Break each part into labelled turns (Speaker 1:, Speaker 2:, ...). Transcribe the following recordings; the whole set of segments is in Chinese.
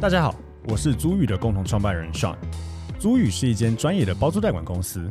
Speaker 1: 大家好，我是租宇的共同创办人 Sean。租宇是一间专业的包租代管公司，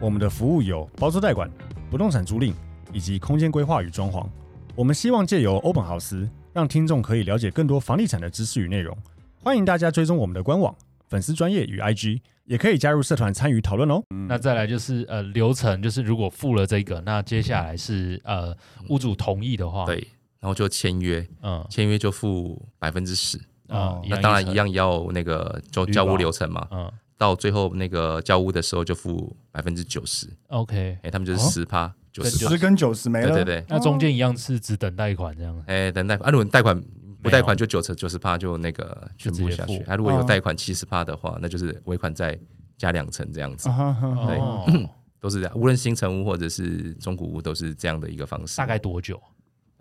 Speaker 1: 我们的服务有包租代管、不动产租赁以及空间规划与装潢。我们希望借由欧本豪斯，让听众可以了解更多房地产的知识与内容。欢迎大家追踪我们的官网、粉丝专业与 IG，也可以加入社团参与讨论哦。
Speaker 2: 嗯
Speaker 3: 那再来就是呃流程，就是如果付了这个，那接下来是呃屋主同意的话，，
Speaker 2: 嗯对，然后就签约，
Speaker 3: 嗯
Speaker 2: 签约就付百分之十，
Speaker 3: 啊
Speaker 1: 哦，
Speaker 2: 那当然
Speaker 3: 程
Speaker 2: 一，样要那个就
Speaker 3: 绿
Speaker 2: 交
Speaker 3: 保
Speaker 2: 屋流程嘛，
Speaker 3: 嗯
Speaker 2: 到最后那个交屋的时候就付百分之九十，
Speaker 3: ，OK，
Speaker 2: 哎，他们就是
Speaker 1: 哦
Speaker 2: 十趴九
Speaker 3: 对
Speaker 2: 十
Speaker 3: 就
Speaker 2: 趴
Speaker 3: 是，
Speaker 4: 十跟九十没
Speaker 2: 对
Speaker 4: 了，
Speaker 2: 对对，
Speaker 3: 那中间一样是只等贷款这样，
Speaker 2: 哎，等贷款，啊，如果你贷款
Speaker 3: 没
Speaker 2: 不贷
Speaker 3: 有
Speaker 2: 款就九十九十趴就那个全
Speaker 3: 直
Speaker 2: 部
Speaker 3: 接
Speaker 2: 下
Speaker 3: 付嗯
Speaker 2: 去，啊，如果有
Speaker 4: 哦
Speaker 2: 贷款七十趴的话，那就是尾款再加两成这样
Speaker 3: 嗯
Speaker 2: 子
Speaker 4: 啊，哈哈哈
Speaker 2: 对
Speaker 3: 哦，
Speaker 2: 都是这样，无论新城屋或者是中古屋都是这样的一个方式，
Speaker 3: 大概多久？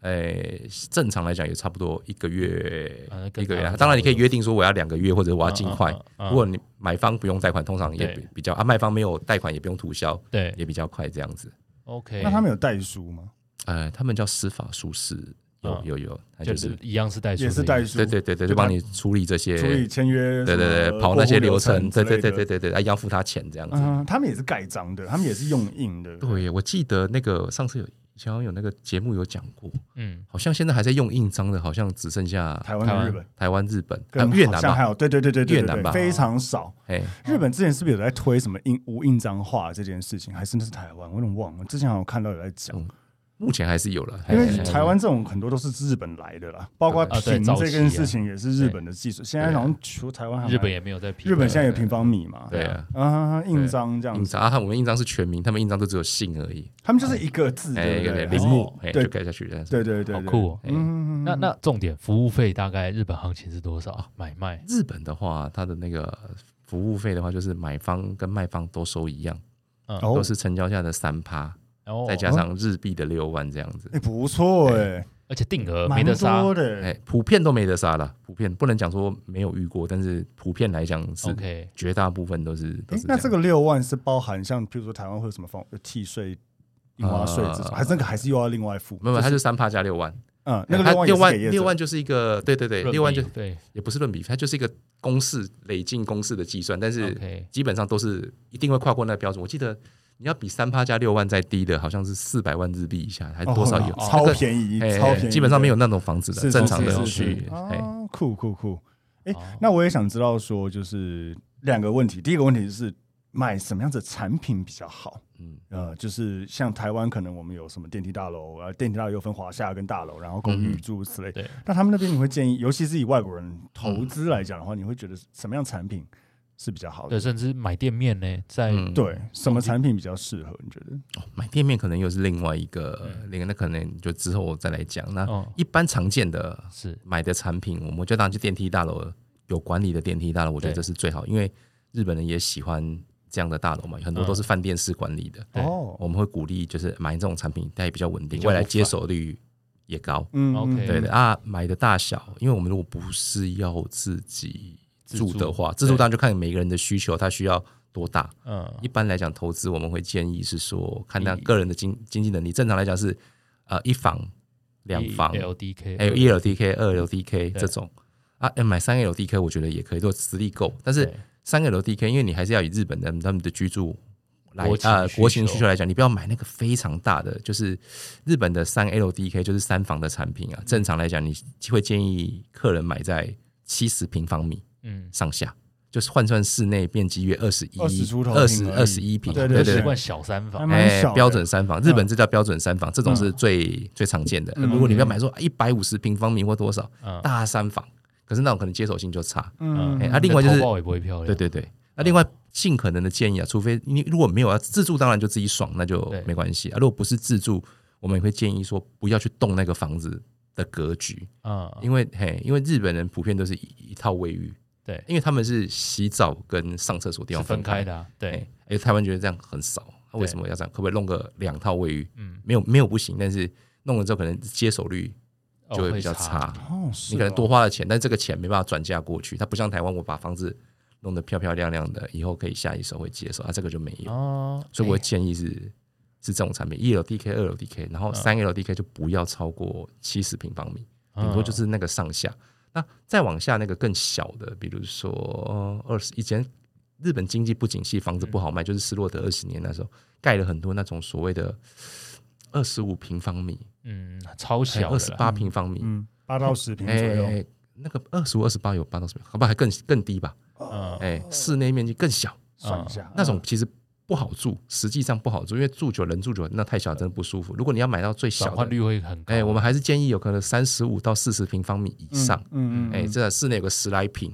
Speaker 2: 诶，哎正常来讲也差不多一个月
Speaker 4: 呃
Speaker 3: 啊那，跟
Speaker 2: 一个
Speaker 3: 台
Speaker 2: 月
Speaker 3: 湾。
Speaker 2: 当然，你
Speaker 3: 差
Speaker 2: 可
Speaker 3: 不多
Speaker 2: 以约定说我要两个月，或者我要尽快
Speaker 3: 嗯嗯。嗯嗯
Speaker 2: 如果你买方不用贷款，通常也
Speaker 3: 对
Speaker 2: 比比较啊，卖方没有贷款也不用涂销，
Speaker 3: 对
Speaker 2: 也比较快这样子。
Speaker 3: ，OK，
Speaker 4: 那他们有代书吗？
Speaker 2: 呃，他们叫司法书适，有
Speaker 3: 嗯
Speaker 2: 有有，他
Speaker 3: 就
Speaker 2: 就是
Speaker 3: 是一样是代书的意
Speaker 4: 也
Speaker 3: 思，
Speaker 4: 是代书，
Speaker 2: 对对对对，
Speaker 4: 就
Speaker 2: 就帮
Speaker 4: 他
Speaker 2: 你处理这些，
Speaker 4: 处理
Speaker 2: 对
Speaker 4: 签约，
Speaker 2: 对
Speaker 4: 什
Speaker 2: 对，
Speaker 4: 么
Speaker 2: 跑那些
Speaker 4: 过户流
Speaker 2: 程，对对
Speaker 4: 之类的
Speaker 2: 对对对对，啊，一样付他钱这样子。
Speaker 4: 嗯，他们也是盖章的，他们也是用印的，
Speaker 2: 对，我记得那个上次有以前好像有那个节目有讲过，
Speaker 3: 嗯，
Speaker 2: 好像现在还在用印章的，好像只剩下
Speaker 4: 台湾
Speaker 3: 台湾
Speaker 4: 跟日本
Speaker 2: 台湾、日本、啊
Speaker 4: 跟
Speaker 2: 越
Speaker 4: 好
Speaker 2: 南
Speaker 4: 像还
Speaker 2: 吧，
Speaker 4: 有对对对对对
Speaker 2: 越南
Speaker 4: 对
Speaker 2: 吧
Speaker 4: 对，非常少。
Speaker 2: 哎。
Speaker 4: 日本之前是不是有在推什么印无印章化这件事情，还是那是台湾？我有点忘了，之前好像看到有在讲
Speaker 2: 嗯。目前还是有了，
Speaker 4: 因为
Speaker 2: 还是
Speaker 4: 台湾这种很多都是日本来的啦，包括
Speaker 3: 啊对
Speaker 4: 品
Speaker 3: 早
Speaker 4: 这
Speaker 3: 期啊
Speaker 4: 件事情也是日本的技
Speaker 2: 呃啊
Speaker 4: 术。现在好像除台湾，
Speaker 3: 日本也没有在批，哦
Speaker 4: 日本现在有平方米嘛？
Speaker 2: 对啊，
Speaker 4: 啊，印章这样
Speaker 2: 印
Speaker 4: 子，
Speaker 2: 章啊，他我们印章是全名，他们印章都只有姓而已，
Speaker 4: 他们就是一个字，
Speaker 2: 哎，
Speaker 4: 对
Speaker 2: 对
Speaker 4: 不
Speaker 2: 对，
Speaker 4: 对？
Speaker 2: 铃
Speaker 4: 然后
Speaker 2: 木，哎，
Speaker 4: 对
Speaker 2: 就盖下去这样子。
Speaker 4: 对对对，
Speaker 3: 好
Speaker 4: 对
Speaker 3: 酷哦。
Speaker 2: 哎
Speaker 4: 嗯，
Speaker 3: 那那重点，服务费大概日本行情是多少啊？买卖
Speaker 2: 日本的话，它的那个服务费的话，就是买方跟卖方都收一样，
Speaker 4: 哦
Speaker 2: 都，是成交价的三趴，
Speaker 3: 然后
Speaker 2: 再加上日币的六万这样子。
Speaker 4: 哎，不错哎，
Speaker 3: 而且定
Speaker 2: 呃
Speaker 3: 额没
Speaker 4: 蛮
Speaker 3: 得杀
Speaker 4: 多的
Speaker 2: 哎，普遍都没得杀了，普遍不能讲说没有遇过，但是普遍来讲是
Speaker 3: ，OK，
Speaker 2: 绝大部分都是都
Speaker 4: 诶
Speaker 2: 是
Speaker 4: 那
Speaker 2: 样
Speaker 4: 这个六万是包含像，譬如说台湾会有什么方有替税、印花税这种，
Speaker 2: 呃
Speaker 4: 还是那个还是又要另外付？
Speaker 2: 没有，没有
Speaker 4: 就
Speaker 2: 它
Speaker 4: 是
Speaker 2: 就三趴加六万，
Speaker 4: 嗯，那个
Speaker 2: 它
Speaker 4: 六万
Speaker 2: 六万
Speaker 4: 也是给业者
Speaker 2: 六万就是一个对对对，六万就
Speaker 3: 润笔对
Speaker 2: 也不是论比，它就是一个公式累进公式的计算，但是
Speaker 3: ，OK，
Speaker 2: 基本上都是一定会跨过那个标准。我记得你要比三趴加六万再低的，好像是四百万日币以下，还多少有、
Speaker 4: 哦 超
Speaker 2: 宜。
Speaker 4: 便宜，
Speaker 2: 哎
Speaker 4: 超便宜，
Speaker 2: 基本上没有那种房子的，
Speaker 4: 是
Speaker 2: 正常的
Speaker 3: 是是
Speaker 2: 去
Speaker 3: 是，
Speaker 2: 哎，
Speaker 4: 哦，酷酷酷！哎、
Speaker 3: 哦
Speaker 4: 那我也想知道说，就是两个问题。第一个问题是买什么样子的产品比较好？
Speaker 2: 嗯，
Speaker 4: 呃，就是像台湾可能我们有什么电梯大楼，呃，电梯大楼又分华夏跟大楼，然后公寓
Speaker 2: 嗯
Speaker 4: 诸如此类。
Speaker 3: 对
Speaker 4: 那他们那边你会建议，尤其是以外国人投资来讲的话，你会觉得什么样产品是比较好
Speaker 3: 对，
Speaker 4: 的？
Speaker 3: 甚至买店面呢，在
Speaker 2: 嗯，
Speaker 4: 哎
Speaker 2: 哦
Speaker 4: 对，什么产品比较适合？你觉得？
Speaker 2: 买店面可能又是另外一个，
Speaker 4: 嗯
Speaker 2: 另外那可能就之后我再来讲。那
Speaker 3: 哦
Speaker 2: 一般常见的
Speaker 3: 是
Speaker 2: 买的产品，我们就当然去电梯大楼有管理的电梯大楼，我觉得
Speaker 3: 对
Speaker 2: 这是最好，因为日本人也喜欢这样的大楼嘛，很多
Speaker 3: 嗯
Speaker 2: 都是饭店式管理的。
Speaker 3: 对
Speaker 4: 哦，
Speaker 2: 我们会鼓励就是买这种产品，它也比较稳
Speaker 3: 比，
Speaker 2: 定
Speaker 3: 较
Speaker 2: 未来
Speaker 3: 不
Speaker 2: 接
Speaker 3: 烦
Speaker 2: 手率也高。
Speaker 4: 嗯
Speaker 3: OK
Speaker 2: 对的啊，买的大小，因为我们如果不是要自己
Speaker 3: 自
Speaker 2: 住
Speaker 3: 住
Speaker 2: 的话，
Speaker 3: 对
Speaker 2: 自住当然就看每个人的需求，他需要多大。
Speaker 3: 嗯
Speaker 2: 一般来讲，投资我们会建议是说，看他
Speaker 3: 一
Speaker 2: 个人的经经济能力。正常来讲是呃一房、两房，
Speaker 3: LDK，
Speaker 2: 还有一 LDK、二 LDK
Speaker 3: 对
Speaker 2: 这种啊，呃买三 LDK 我觉得也可以，如果实力够。但是
Speaker 3: 对
Speaker 2: 三 LDK，因为你还是要以日本人他们的居住来
Speaker 3: 国情
Speaker 2: 啊
Speaker 3: 需
Speaker 2: 国情
Speaker 3: 求
Speaker 2: 需求来讲，你不要买那个非常大的，就是日本的三 LDK 就是三房的产品啊。正常来讲，你会建议客人买在七十平方米
Speaker 3: 嗯，
Speaker 2: 上下。就是换算室内面积约二十一、
Speaker 4: 20出头
Speaker 2: 二
Speaker 4: 平
Speaker 2: 十
Speaker 4: 而已
Speaker 2: 二十一平，
Speaker 4: 对
Speaker 2: 对
Speaker 4: 对
Speaker 3: 习
Speaker 4: 对
Speaker 3: 惯小三
Speaker 4: 还
Speaker 3: 房，
Speaker 4: 蛮
Speaker 2: 哎
Speaker 4: 小的、
Speaker 2: 标准三房，日本
Speaker 4: 嗯
Speaker 2: 这叫标准三房，这种是最最常见的。
Speaker 4: 嗯
Speaker 2: 如果你不要买说哎一百五十平方米或多少
Speaker 3: 嗯
Speaker 2: 大三房，可是那种可能接手性就差。
Speaker 4: 嗯，
Speaker 2: 哎，啊，另外就是
Speaker 3: 投报也不会漂亮，
Speaker 2: 对对对，那另外尽可能的建议啊，除非你如果没有要自住，当然就自己爽，那就
Speaker 3: 对
Speaker 2: 没关系啊。如果不是自住，我们也会建议说不要去动那个房子的格局，
Speaker 3: 嗯，
Speaker 2: 因为嘿，因为日本人普遍都是一一套卫浴，
Speaker 3: 对，
Speaker 2: 因为他们是洗澡跟上厕所地
Speaker 3: 是
Speaker 2: 方
Speaker 3: 分
Speaker 2: 开
Speaker 3: 开的啊，
Speaker 2: 哎、
Speaker 3: 对，
Speaker 2: 哎台湾觉得这样很少，那为
Speaker 3: 对
Speaker 2: 什么要这样？可不可以弄个两套卫浴？
Speaker 3: 嗯，
Speaker 2: 没有没有不行，但是弄了之后可能接手率
Speaker 3: 哦
Speaker 2: 就会比较差，，
Speaker 4: 哦，是
Speaker 2: 你可能
Speaker 4: 哦
Speaker 2: 多花了钱，但这个钱没办法转嫁过去。它不像台湾，我把房子弄得漂漂亮亮的，以后可以下一手会接手，啊，这个就没有。
Speaker 3: 哦，
Speaker 2: 所以我
Speaker 3: 哎
Speaker 2: 会建议是、是这种产品，一 LDK、二
Speaker 3: 嗯
Speaker 2: LDK，然后三 LDK 就不要超过七十平方米，顶多就是那个上下。那再往下那个更小的，比如说二十以前日本经济不景气，房子不好
Speaker 3: 嗯
Speaker 2: 卖，就是斯洛德二十年那时候盖了很多那种所谓的二十五平方米、哎
Speaker 3: 嗯，超小
Speaker 2: 二十
Speaker 3: 的啦，
Speaker 2: 八平方米，
Speaker 1: 嗯，
Speaker 4: 八到十平左
Speaker 2: 哎、
Speaker 4: 右，
Speaker 3: 哦
Speaker 2: 那个二十五、二十八有八到什么？好吧，还更更低吧？
Speaker 3: 嗯
Speaker 2: 哎、室内面积更小，
Speaker 3: 哦
Speaker 4: 算一下
Speaker 2: 那种其实不好住，实际上不好住，因为住久人住久那太小真的不舒服。如果你要买到最
Speaker 3: 转
Speaker 2: 小
Speaker 3: 换
Speaker 2: 的，
Speaker 3: 率会很高。
Speaker 2: 哎、我们还是建议有可能三十五到四十平方米以上，
Speaker 4: 嗯
Speaker 2: 哎、这室内有个十来平，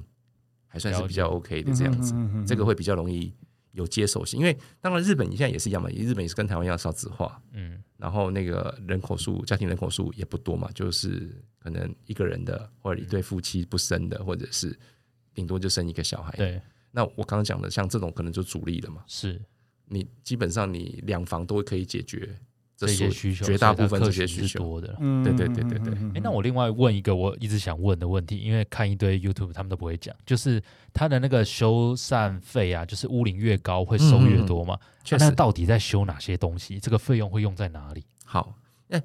Speaker 2: 还算是比较 OK 的这样子，
Speaker 4: 嗯嗯嗯嗯嗯
Speaker 2: 这个会比较容易有接受性。因为当然日本现在也是一样嘛，日本也是跟台湾一样少子化，
Speaker 3: 嗯
Speaker 2: 然后那个人口数家庭人口数也不多嘛，就是可能一个人的或者一对夫妻不生的，或者是顶多就生一个小孩。
Speaker 3: 对
Speaker 2: 那我刚刚讲的像这种可能就主力了嘛。
Speaker 3: 是
Speaker 2: 你基本上你两房都可以解决
Speaker 3: 这
Speaker 2: 所
Speaker 3: 些需求，
Speaker 2: 绝大部
Speaker 3: 所
Speaker 2: 分
Speaker 3: 以
Speaker 2: 这
Speaker 3: 它
Speaker 2: 些
Speaker 3: 客群是
Speaker 2: 需求。
Speaker 3: 多的啦。
Speaker 4: 嗯
Speaker 2: 对对对对对
Speaker 3: 哎、那我另外问一个我一直想问的问题，因为看一堆 YouTube 他们都不会讲，就是它的那个修缮费啊，就是屋龄越高会
Speaker 2: 嗯
Speaker 3: 收越多嘛？
Speaker 2: 确
Speaker 3: 啊
Speaker 2: 实
Speaker 3: 那到底在修哪些东西？这个费用会用在哪里？
Speaker 2: 好，哎、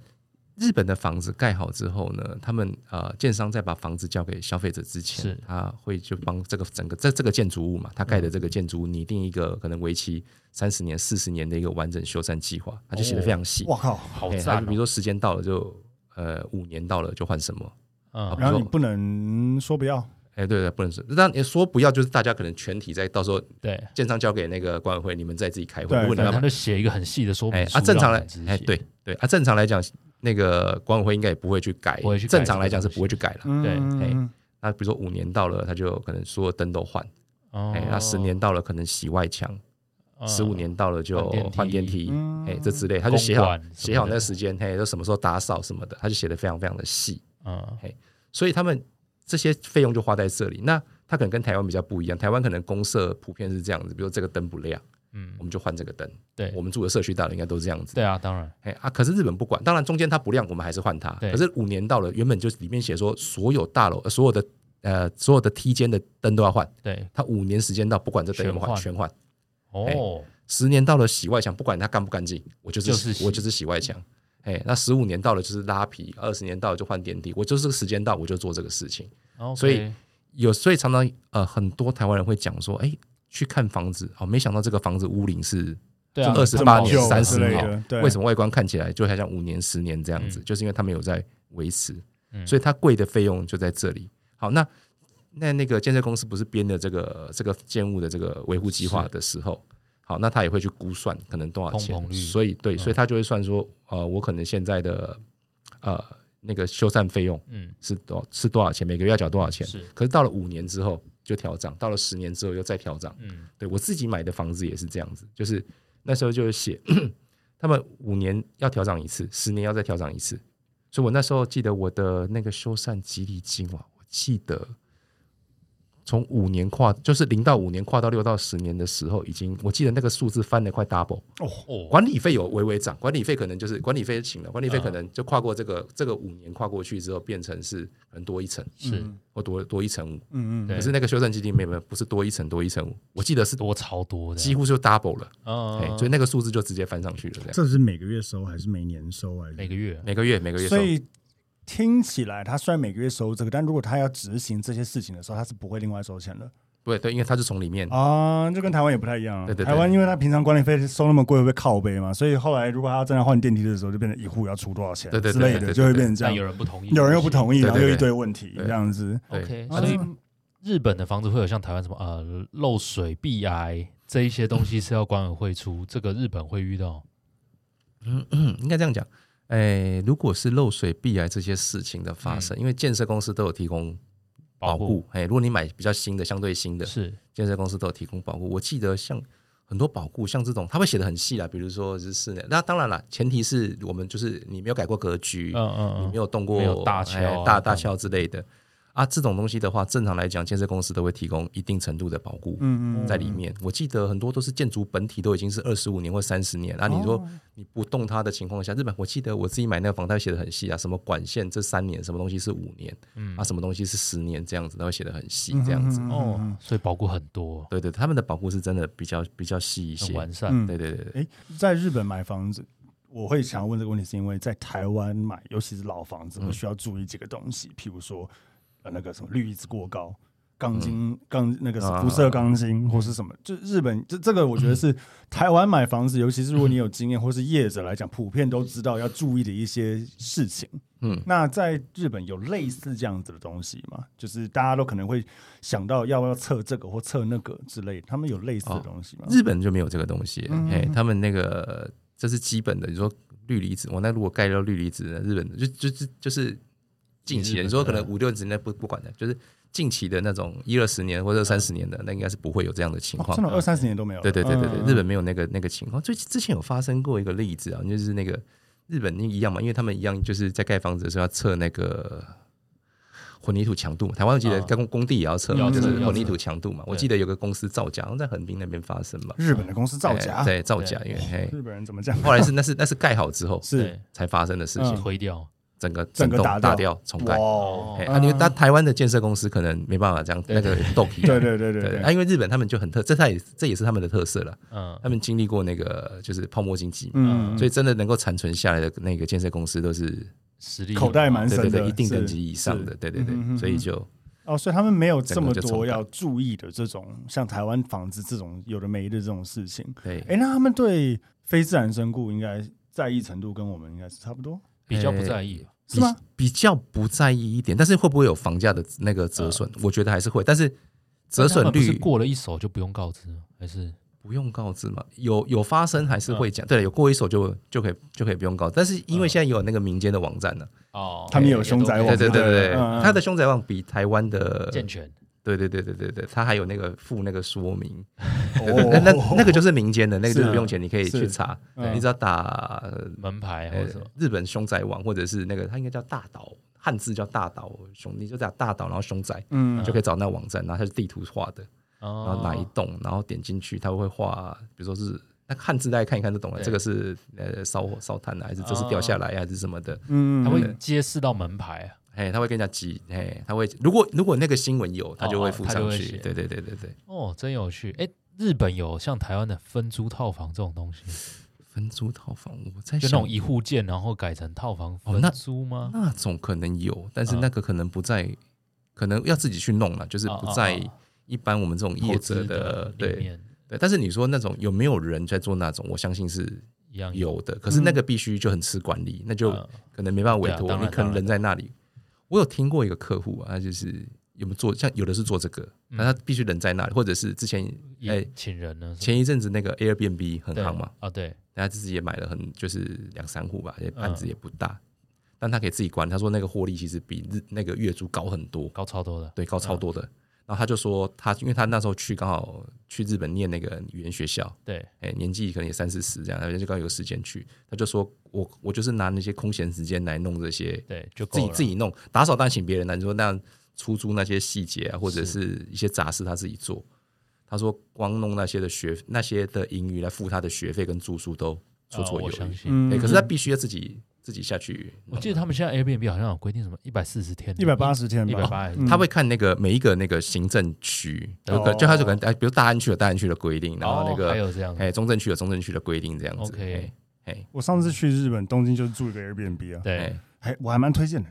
Speaker 2: 日本的房子盖好之后呢，他们呃，建商在把房子交给消费者之前
Speaker 3: 是，嗯
Speaker 2: 他会就帮这个整个这这个建筑物嘛，他盖的这个建筑物拟定一个可能为期三十年、四十年的一个完整修缮计划，他就写的非常细。
Speaker 4: 我靠，
Speaker 3: 哦好
Speaker 2: 哎他
Speaker 3: 赞、
Speaker 2: 就
Speaker 3: 哦
Speaker 2: 比如说时间到了就呃五年到了就换什么，
Speaker 3: 嗯，
Speaker 4: 然后你不能说不要，
Speaker 2: 哎、对对，不能说，但你说不要就是大家可能全体在到时候
Speaker 3: 对，
Speaker 2: 建商交给那个管委会，你们再自己开会。
Speaker 4: 对
Speaker 2: 如果你
Speaker 3: 对，
Speaker 2: 们要
Speaker 3: 他就写一个很细的说明
Speaker 2: 哎
Speaker 3: 书
Speaker 2: 啊，正
Speaker 3: 让
Speaker 2: 常
Speaker 3: 我
Speaker 2: 来
Speaker 3: 们执
Speaker 2: 哎，
Speaker 3: 行
Speaker 2: 对对啊，正常来讲，那个管委会应该也不会去改，
Speaker 3: 不会去改
Speaker 2: 正常来讲是
Speaker 3: 这个东西
Speaker 2: 不会去改了。
Speaker 3: 对
Speaker 4: 嗯
Speaker 2: 那比如说五年到了，他就可能所有灯都换，
Speaker 3: 哦，
Speaker 2: 哎，那十年到了可能洗外墙，
Speaker 3: 嗯
Speaker 2: 十五年到了就
Speaker 3: 换电梯
Speaker 2: 换电梯，
Speaker 4: 嗯
Speaker 2: 哎，这之类，他就写
Speaker 3: 公
Speaker 2: 好
Speaker 3: 馆什么的
Speaker 2: 写好那个时间，嘿，就什么时候打扫什么的，他就写的非常非常的细，
Speaker 3: 嗯
Speaker 2: 所以他们这些费用就花在这里。那他可能跟台湾比较不一样，台湾可能公社普遍是这样子，比如说这个灯不亮，
Speaker 3: 嗯
Speaker 2: 我，们就换这个灯。
Speaker 3: 对
Speaker 2: 我们住的社区大楼应该都这样子。
Speaker 3: 对啊，当然
Speaker 2: 哎啊，可是日本不管，当然中间它不亮，我们还是换它。
Speaker 3: 对
Speaker 2: 可是五年到了，原本就是里面写说所有大楼、呃所有的呃所有的梯间的灯都要换，
Speaker 3: 对
Speaker 2: 它五年时间到，不管这灯有没有换，
Speaker 3: 全
Speaker 2: 全换。哎
Speaker 3: 哦，
Speaker 2: 十年到了洗外墙，不管它干不干净，我就是
Speaker 3: 就是洗
Speaker 2: 我就是洗外墙。哎，那十五年到了就是拉皮，二十年到了就换电梯，我就是这个时间到我就做这个事情。
Speaker 3: 然后
Speaker 2: 所以有所以常常呃很多台湾人会讲说，哎，去看房子哦，没想到这个房子屋龄是
Speaker 3: 对啊，
Speaker 2: 就
Speaker 4: 这
Speaker 2: 28
Speaker 4: 么
Speaker 2: 年
Speaker 4: 久
Speaker 2: 30
Speaker 4: 之类的，对，
Speaker 2: 为什么外观看起来就还像五年、十年这样子，
Speaker 3: 嗯
Speaker 2: 就是因为他们有在维持，
Speaker 3: 嗯
Speaker 2: 所以它贵的费用就在这里。好，那那那个建设公司不是编的这个这个建物的这个维护计划的时候，好，那他也会去估算可能多少
Speaker 3: 通膨
Speaker 2: 钱，
Speaker 3: 率嗯
Speaker 2: 所以对，所以他就会算说，呃，我可能现在的呃那个修缮费用
Speaker 3: 嗯
Speaker 2: 是多是多少钱，每个月要缴多少钱，
Speaker 3: 是
Speaker 2: 可是到了五年之后就调涨，到了十年之后又再调涨，
Speaker 3: 嗯
Speaker 2: 对我自己买的房子也是这样子，就是那时候就是写 他们五年要调整一次，十年要再调整一次，所以我那时候记得我的那个修缮激励金哇，我记得从五年跨就是零到五年跨到六到十年的时候，已经我记得那个数字翻了快 double。
Speaker 3: 哦
Speaker 2: 管理费有微微涨，管理费可能就是管理费请了，管理费可能就跨过这个、这个五年跨过去之后，变成是可能多一层
Speaker 3: 是
Speaker 2: 或多多一层五，
Speaker 4: 嗯嗯
Speaker 3: 对
Speaker 2: 可是那个修缮基金没有没有不是多一层多一层五，我记得是
Speaker 3: 多超多的，
Speaker 2: 几乎就 double 了，
Speaker 3: 嗯
Speaker 2: 哎、所以那个数字就直接翻上去了，这样
Speaker 4: 嗯
Speaker 1: 这是每个月收还是每年收啊？
Speaker 3: 嗯每个月
Speaker 2: 每个月每个月收
Speaker 4: 所，以听起来，他虽然每个月收这个，但如果他要执行这些事情的时候，他是不会另外收钱的
Speaker 2: 不对对，因为它是从里面，
Speaker 4: 啊。这跟台湾也不太一样啊。
Speaker 2: 嗯对对对
Speaker 4: 台湾因为他平常管理费收那么贵，会被靠背嘛，所以后来如果他真的换电梯的时候，就变成一户要出多少钱
Speaker 2: 对对
Speaker 4: 之
Speaker 2: 对
Speaker 4: 类
Speaker 2: 对对
Speaker 4: 的，就会变成这
Speaker 3: 但有
Speaker 4: 样。
Speaker 3: 人不同意，
Speaker 4: 有人又不同意，
Speaker 2: 对对
Speaker 4: 然后又
Speaker 2: 对
Speaker 4: 一堆问题
Speaker 2: 对
Speaker 4: 这样子。
Speaker 2: 对
Speaker 3: OK，
Speaker 4: 啊
Speaker 3: 所以
Speaker 4: 这
Speaker 3: 日本的房子会有像台湾什么呃漏水、壁癌这一些东西是要管委会出，这个日本会遇到。
Speaker 2: 嗯，应该这样讲，哎、如果是漏水、壁癌这些事情的发生，因为建设公司都有提供
Speaker 3: 保
Speaker 2: 保护
Speaker 3: 护，
Speaker 2: 哎、如果你买比较新的、相对新的
Speaker 3: 是
Speaker 2: 建设公司都有提供保护，我记得像。很多保护像这种，他会写的很细啦，比如说是室内。那当然啦，前提是我们就是你没有改哦过格局，
Speaker 3: 嗯嗯
Speaker 2: 你
Speaker 3: 嗯
Speaker 2: 没有动过
Speaker 3: 没有大桥啊
Speaker 2: 哎大大桥之类的啊，这种东西的话，正常来讲，建设公司都会提供一定程度的保护
Speaker 4: 嗯
Speaker 2: 在里面。我记得很多都是建筑本体都已经是二十五年或三十年，啊，你
Speaker 3: 哦
Speaker 2: 说你不动它的情况下，日本我记得我自己买那个房，它会写的很细啊，什么管线这三年，什么东西是五年，
Speaker 3: 嗯
Speaker 2: 啊，什么东西是十年这样子，它会写的很细这样子。
Speaker 4: 嗯
Speaker 3: 哦，所以保护很多，
Speaker 2: 对对，他们的保护是真的比较比较细一些
Speaker 3: 很。完善。
Speaker 4: 嗯
Speaker 2: 对对对对，
Speaker 4: 诶，在日本买房子，我会想要
Speaker 2: 嗯
Speaker 4: 问这个问题，是因为在台湾买，尤其是老房子，会需要注意几个东西，譬如说，呃那个什么氯离子过高、钢筋钢那个是
Speaker 2: 啊嗯
Speaker 4: 辐射钢筋或是什么，就日本这这个我觉得是台湾买房子，尤其是如果你有经验或是业者来讲，普遍都知道要注意的一些事情。
Speaker 2: 嗯，
Speaker 4: 那在日本有类似这样子的东西吗？就是大家都可能会想到要不要测这个或测那个之类的，他们有类似的东西吗？
Speaker 2: 哦日本就没有这个东西，
Speaker 4: 嗯
Speaker 2: 哎、他们那个这是基本的，你说氯离子，我那如果盖掉氯离子，日本的就就就就是近期
Speaker 3: 日本的
Speaker 2: 的，你说可能五六十年代不不管的，就是近期的那种一二十年或者三十年的，那应该是不会有这样的情
Speaker 4: 哦
Speaker 2: 况啊
Speaker 4: 真。的二三十年都没有了。
Speaker 2: 对对对对对，
Speaker 4: 嗯
Speaker 2: 日本没有那个那个情况。最之前有发生过一个例子啊，就是那个日本一样嘛，因为他们一样就是在盖房子的时候要测那个混凝土强度嘛，台湾我记得
Speaker 3: 啊
Speaker 2: 盖工工地也要测嘛，
Speaker 3: 要
Speaker 2: 就
Speaker 3: 测
Speaker 2: 是
Speaker 3: 要测
Speaker 2: 混凝土强度嘛。我
Speaker 3: 对
Speaker 2: 记得有个公司造假，好像在横滨那边发生嘛，
Speaker 4: 日本的公司造假
Speaker 2: 哎，对造假，因
Speaker 3: 对
Speaker 2: 为嘿
Speaker 4: 日本人怎么讲？
Speaker 2: 后来是那是那是盖好之后
Speaker 4: 是
Speaker 2: 才发生的事情，
Speaker 4: 嗯
Speaker 3: 推掉，
Speaker 2: 整个
Speaker 4: 整个
Speaker 2: 栋
Speaker 4: 打
Speaker 2: 打
Speaker 4: 掉
Speaker 2: 掉重
Speaker 4: 哇
Speaker 2: 盖。
Speaker 4: 哦，
Speaker 2: 哎，
Speaker 3: 哦
Speaker 2: 啊，因为他台湾的建设公司可能没办法这样那个豆皮，
Speaker 4: 对对对对
Speaker 2: 对，
Speaker 4: 对，
Speaker 2: 啊，因为日本他们就很特，这他也这也是他们的特色了。
Speaker 3: 嗯
Speaker 2: 他们经历过那个就是泡沫经济嘛，
Speaker 4: 嗯，
Speaker 2: 所以真的能够残存下来的那个建设公司都是
Speaker 3: 实力
Speaker 4: 口袋蛮
Speaker 2: 对
Speaker 4: 深
Speaker 2: 对
Speaker 4: 的，
Speaker 2: 对一定
Speaker 4: 是
Speaker 2: 等级以上的，
Speaker 4: 是
Speaker 2: 对对对
Speaker 4: 嗯哼嗯，哼
Speaker 2: 所以就
Speaker 4: 哦，所以他们没有这么
Speaker 2: 整个就
Speaker 4: 多
Speaker 2: 重盖
Speaker 4: 要注意的这种，像台湾房子这种有的没的这种事情。
Speaker 2: 对
Speaker 4: 哎，那他们对非自然身故应该在意程度跟我们应该是差不多，
Speaker 3: 比较不在意，
Speaker 4: 是吗？
Speaker 2: 比比较不在意一点，但是会不会有房价的那个折损？
Speaker 4: 呃
Speaker 2: 我觉得还是会，但是折损
Speaker 3: 但他们不
Speaker 2: 率
Speaker 3: 是过了一手就不用告知吗，还是
Speaker 2: 不用告知嘛，有有发生还是会讲，
Speaker 4: 嗯
Speaker 2: 对，有过一手就就可以就可以不用告知，但是因为现在有那个民间的网站呢，
Speaker 3: 哦
Speaker 4: 他们有凶宅网
Speaker 2: 对对对对对
Speaker 4: 嗯嗯，
Speaker 2: 它的凶宅网比台湾
Speaker 4: 嗯
Speaker 2: 的
Speaker 3: 健全，
Speaker 2: 对对对对对对，它还有那个附那个说明，对对
Speaker 4: 哦
Speaker 2: 那那那个就是民间的，那个就是是不用钱，你可以
Speaker 4: 是
Speaker 2: 去查，
Speaker 4: 嗯
Speaker 2: 你只要打呃
Speaker 3: 门牌或者什么，
Speaker 2: 日本凶宅网，或者是那个它应该叫大岛，汉字叫大岛凶，你就打大岛，然后凶宅。
Speaker 4: 嗯
Speaker 2: 就可以找那网站，然后它是地图画的，然
Speaker 3: 然
Speaker 2: 后哪一
Speaker 3: 哦
Speaker 2: 栋，然后点进去，它会画，比如说是那汉字，大家看一看就懂了。
Speaker 3: 对哦
Speaker 2: 这个是呃烧火烧炭的，还是这是掉下来、还是什么的？
Speaker 4: 嗯，
Speaker 3: 他会揭示到门牌啊，
Speaker 2: 哎，他会跟人家急，哎，他会如果如果那个新闻有，他就会
Speaker 3: 哦
Speaker 2: 附
Speaker 3: 他就
Speaker 2: 上
Speaker 3: 会
Speaker 2: 去。
Speaker 3: 写
Speaker 2: 对对对对对，
Speaker 3: 哦，真有趣，哎，日本有像台湾的分租套房这种东西吗，
Speaker 2: 分租套房，我在
Speaker 3: 就
Speaker 2: 想
Speaker 3: 那种一户建，然后改成套房
Speaker 2: 哦
Speaker 3: 分
Speaker 2: 那
Speaker 3: 租吗？
Speaker 2: 那种可能有，但是
Speaker 3: 嗯
Speaker 2: 那个可能不在，可能要自己去弄了，就是不在
Speaker 3: 哦哦哦
Speaker 2: 一般我们这种
Speaker 3: 投
Speaker 2: 业者
Speaker 3: 资
Speaker 2: 的
Speaker 3: 里
Speaker 2: 对
Speaker 3: 面
Speaker 2: 对。但是你说那种有没有人在做那种，我相信是
Speaker 3: 一样
Speaker 2: 有的，可是那个必须就很吃管理，那就
Speaker 3: 嗯
Speaker 2: 可能没办法委
Speaker 3: 对啊
Speaker 2: 托，
Speaker 3: 当然
Speaker 2: 你可能
Speaker 3: 当然
Speaker 2: 人在那里。我有听过一个客户啊，他就是有没有做像有的是做这个，那他必须人在那里，或者是之前哎
Speaker 3: 嗯也请人呢，
Speaker 2: 前一阵子那个 Airbnb 很
Speaker 3: 对
Speaker 2: 行嘛，
Speaker 3: 啊，对，
Speaker 2: 他自己也买了很就是两三户吧，
Speaker 3: 嗯
Speaker 2: 也案子也不大，但他可以自己管。他说那个获利其实比日那个月租高很多，
Speaker 3: 高超多的，
Speaker 2: 对，高超多的。然后他就说他，因为他那时候去刚好去日本念那个语言学校，
Speaker 3: 对，
Speaker 2: 哎，年纪可能也三四十这样，他就刚好有时间去，他就说我我就是拿那些空闲时间来弄这些，
Speaker 3: 对，就
Speaker 2: 自己自
Speaker 3: 己
Speaker 2: 己弄打扫，当然请别人啦。你说那样出租那些细节啊，或者是一些杂事，他自己做。他说光弄那些的学那些的盈余来付他的学费跟住宿都绰绰有
Speaker 3: 哦我相
Speaker 2: 余。
Speaker 3: 信。
Speaker 4: 嗯
Speaker 2: 对，可是他必须要自己自己下去弄。啊
Speaker 3: 我记得他们现在 Airbnb 好像有规定什么一百四十天的、
Speaker 4: 一百八十天
Speaker 3: 一
Speaker 4: 吧，
Speaker 3: 百八
Speaker 4: 嗯
Speaker 2: 他会看那个每一个那个行政区，有可
Speaker 4: 哦
Speaker 2: 就他就可能哎，比如大安区有大安区的规定，然后那
Speaker 3: 哦还
Speaker 2: 个
Speaker 3: 有这样
Speaker 2: 哎中正区有中正区的规定这样子。
Speaker 3: OK
Speaker 2: 哎哎
Speaker 4: 我上次去日本东京就住一个 Airbnb 啊，
Speaker 3: 对
Speaker 2: 哎，
Speaker 4: 还我还蛮推荐的，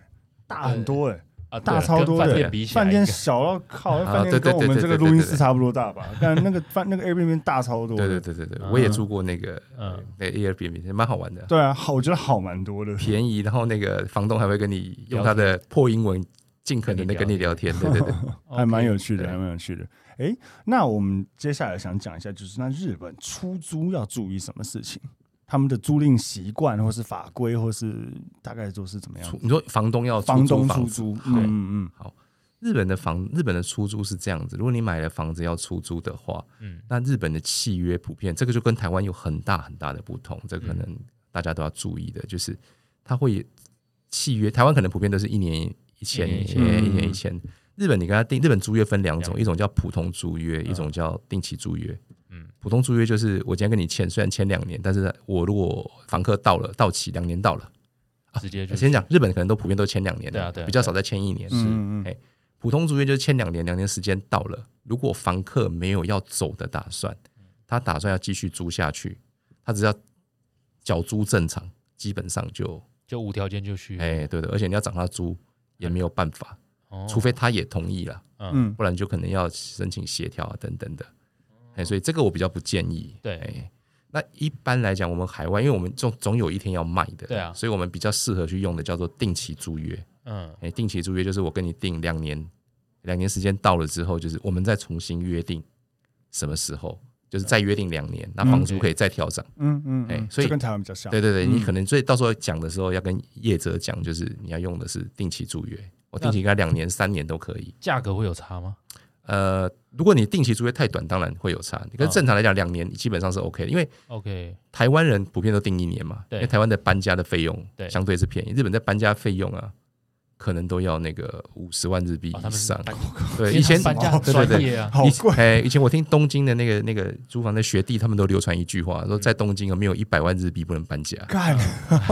Speaker 4: 大很多哎，
Speaker 3: 啊，
Speaker 4: 大
Speaker 3: 对
Speaker 4: 超多
Speaker 3: 跟饭
Speaker 4: 的
Speaker 3: 店比起来，
Speaker 4: 饭店小到靠，
Speaker 2: 啊
Speaker 4: 饭店
Speaker 2: 对对
Speaker 4: 跟我们
Speaker 2: 对
Speaker 4: 这
Speaker 2: 对
Speaker 4: 个
Speaker 2: 对
Speaker 4: 录音
Speaker 2: 对
Speaker 4: 室
Speaker 2: 对
Speaker 4: 差不多大吧？但那个饭那个 Airbnb 大超多
Speaker 2: 对对
Speaker 4: 的，
Speaker 2: 对对对，
Speaker 3: 嗯
Speaker 2: 我也住过那个
Speaker 3: 嗯
Speaker 2: 那 Airbnb，蛮好玩的。
Speaker 4: 对啊，好，我觉得好蛮多的。
Speaker 2: 便宜，然后那个房东还会跟你用他的破英文，尽可能的跟你聊天，对对 对，
Speaker 4: 还蛮有趣的，
Speaker 2: 对
Speaker 4: 还蛮有趣的。哎，那我们接下来想讲一下，就是那日本出租要注意什么事情？他们的租赁习惯，或是法规，或是大概都是怎么样
Speaker 2: 出？你说房东要
Speaker 4: 房
Speaker 2: 出租
Speaker 4: 东
Speaker 2: 房
Speaker 4: 出
Speaker 2: 子，
Speaker 4: 租，嗯
Speaker 2: 对
Speaker 4: 嗯嗯，
Speaker 2: 日本的房日本的出租是这样子，如果你买了房子要出租的话，
Speaker 3: 嗯
Speaker 2: 那日本的契约普遍，这个就跟台湾有很大很大的不同，这可
Speaker 3: 嗯
Speaker 2: 能大家都要注意的，就是它会契约，台湾可能普遍都是一年一千，
Speaker 3: 一年一
Speaker 2: 一
Speaker 3: 签
Speaker 2: 年一年一千。日本你跟他定，日本租约分两种，
Speaker 3: 两
Speaker 2: 一种叫普通租约，一种叫定期租约。
Speaker 3: 嗯，
Speaker 2: 普通租约就是我今天跟你签，虽然签两年，但是我如果房客到了到期两年到了，
Speaker 3: 直接就
Speaker 2: 先讲日本可能都普遍都签两年的，
Speaker 3: 对啊对啊
Speaker 2: 比较少再签一年。
Speaker 4: 嗯嗯
Speaker 2: 哎普通租约就是签两年，两年时间到了，如果房客没有要走的打算，他打算要继续租下去，他只要缴租正常，基本上就
Speaker 3: 就无条件就续，
Speaker 2: 哎、对的，而且你要涨他租也没有办法，
Speaker 3: 哦
Speaker 2: 除非他也同意了，
Speaker 3: 嗯，哦
Speaker 4: 嗯
Speaker 2: 不然就可能要申请协调啊等等的。哎，所以这个我比较不建议。
Speaker 3: 对
Speaker 2: 哎那一般来讲，我们海外，因为我们总总有一天要卖的，
Speaker 3: 对啊
Speaker 2: 所以我们比较适合去用的叫做定期租约。
Speaker 3: 嗯
Speaker 2: 哎，定期租约就是我跟你定两年，两年时间到了之后，就是我们再重新约定什么时候，就是再约定两年，那房租可以再调整。
Speaker 4: 嗯嗯，
Speaker 2: 哎
Speaker 4: 嗯
Speaker 2: 所以
Speaker 4: 这跟台湾比较像，
Speaker 2: 对对对，你
Speaker 4: 嗯
Speaker 2: 可能所以到时候讲的时候要跟业者讲，就是你要用的是定期租约，我定期给他两年、三年都可以。
Speaker 3: 价格会有差吗？
Speaker 2: 呃，如果你定期租约太短，当然会有差。可是正常来讲，两年基本上是 OK 的，因为
Speaker 3: OK，
Speaker 2: 台湾人普遍都定一年嘛，
Speaker 3: 对
Speaker 2: 因为台湾的搬家的费用
Speaker 3: 对
Speaker 2: 相对是便宜，日本在搬家费用啊，可能都要那个五十万日币
Speaker 3: 哦他
Speaker 2: 以
Speaker 3: 们是
Speaker 2: 上。
Speaker 3: 搬
Speaker 2: 对，
Speaker 3: 因为
Speaker 2: 以前哦
Speaker 3: 他搬家很
Speaker 2: 对对对
Speaker 3: 专业啊，
Speaker 4: 好
Speaker 2: 以
Speaker 4: 贵，
Speaker 2: 哎，以前我听东京的那个那个租房的学弟，他们都流传一句话，
Speaker 3: 嗯
Speaker 2: 说在东京啊，没有一百万日币不能搬家。
Speaker 4: 干，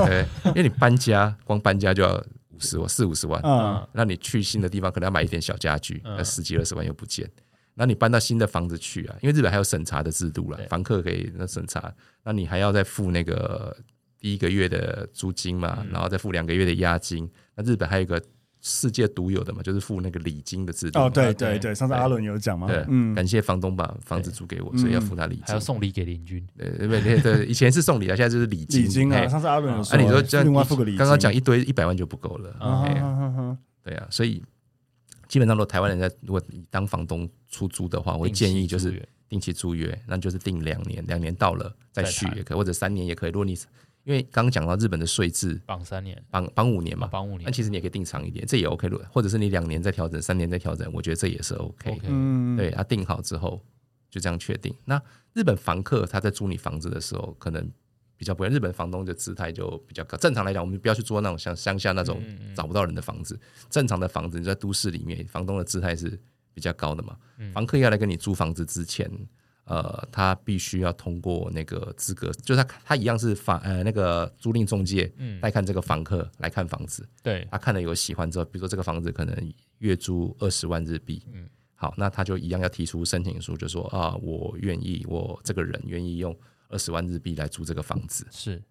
Speaker 2: 对，因为你搬家，光搬家就要五十万、四五十万，
Speaker 4: 嗯，
Speaker 2: 那你去新的地方可能要买一点小家具，
Speaker 3: 嗯
Speaker 2: 那十几二十万又不见。那你搬到新的房子去啊，因为日本还有审查的制度了
Speaker 3: 对，
Speaker 2: 房客可以那审查，那你还要再付那个第一个月的租金嘛，
Speaker 4: 嗯
Speaker 2: 然后再付两个月的押金。那日本还有一个世界独有的嘛，就是付那个礼金的制度嘛。
Speaker 4: 哦，对
Speaker 3: 对
Speaker 4: 对对，上次
Speaker 2: 对
Speaker 4: 阿伦有讲嘛
Speaker 2: 对，，
Speaker 4: 嗯，
Speaker 2: 感谢房东把房子租给我，所以要付他礼
Speaker 3: 还
Speaker 2: 金
Speaker 3: 要。送礼给邻居，
Speaker 2: 呃，对对对，以前是送礼啊，现在就是礼金。
Speaker 4: 礼金啊，
Speaker 2: 哎
Speaker 4: 上次阿伦有说，
Speaker 2: 啊，你说这样
Speaker 4: 另外
Speaker 2: 一
Speaker 4: 付个礼金，
Speaker 2: 刚刚讲一堆一百万就不够了。
Speaker 3: 嗯
Speaker 4: 啊，
Speaker 2: 哎呀
Speaker 4: 啊啊啊
Speaker 2: 对啊，所以基本上，如果台湾人在如果你当房东出租的话，我会建议就
Speaker 3: 定期
Speaker 2: 是
Speaker 3: 租约
Speaker 2: 定期租约，那就是定两年，两年到了再
Speaker 3: 再
Speaker 2: 续
Speaker 3: 谈
Speaker 2: 也可以，或者三年也可以。如果你因为刚刚讲到日本的税制
Speaker 3: 绑三年
Speaker 2: 绑绑五年
Speaker 3: 嘛，
Speaker 2: 嘛，
Speaker 3: 绑五年
Speaker 2: 那其实你也可以定长一点，这也 OK。如果或者是你两年再调整，三年再调整，我觉得这也是 OK。
Speaker 3: OK，
Speaker 4: 嗯，
Speaker 2: 对，，啊，定好之后就这样确定。那日本房客他在租你房子的时候，可能比较不一样，日本房东的姿态就比较高。正常来讲，我们不要去做那种像乡下那种
Speaker 3: 嗯嗯嗯
Speaker 2: 找不到人的房子，正常的房子你在都市里面，房东的姿态是比较高的嘛。
Speaker 3: 嗯
Speaker 2: 房客要来跟你租房子之前。呃，他必须要通过那个资格，就是他他一样是法呃那个租赁中介
Speaker 3: 嗯
Speaker 2: 带看这个房客来看房子，
Speaker 3: 对，
Speaker 2: 他看了有喜欢之后，比如说这个房子可能月租二十万日币，
Speaker 3: 嗯
Speaker 2: 嗯，好，那他就一样要提出申请书，就说啊，我愿意，我这个人愿意用二十万日币来租这个房子。
Speaker 3: 是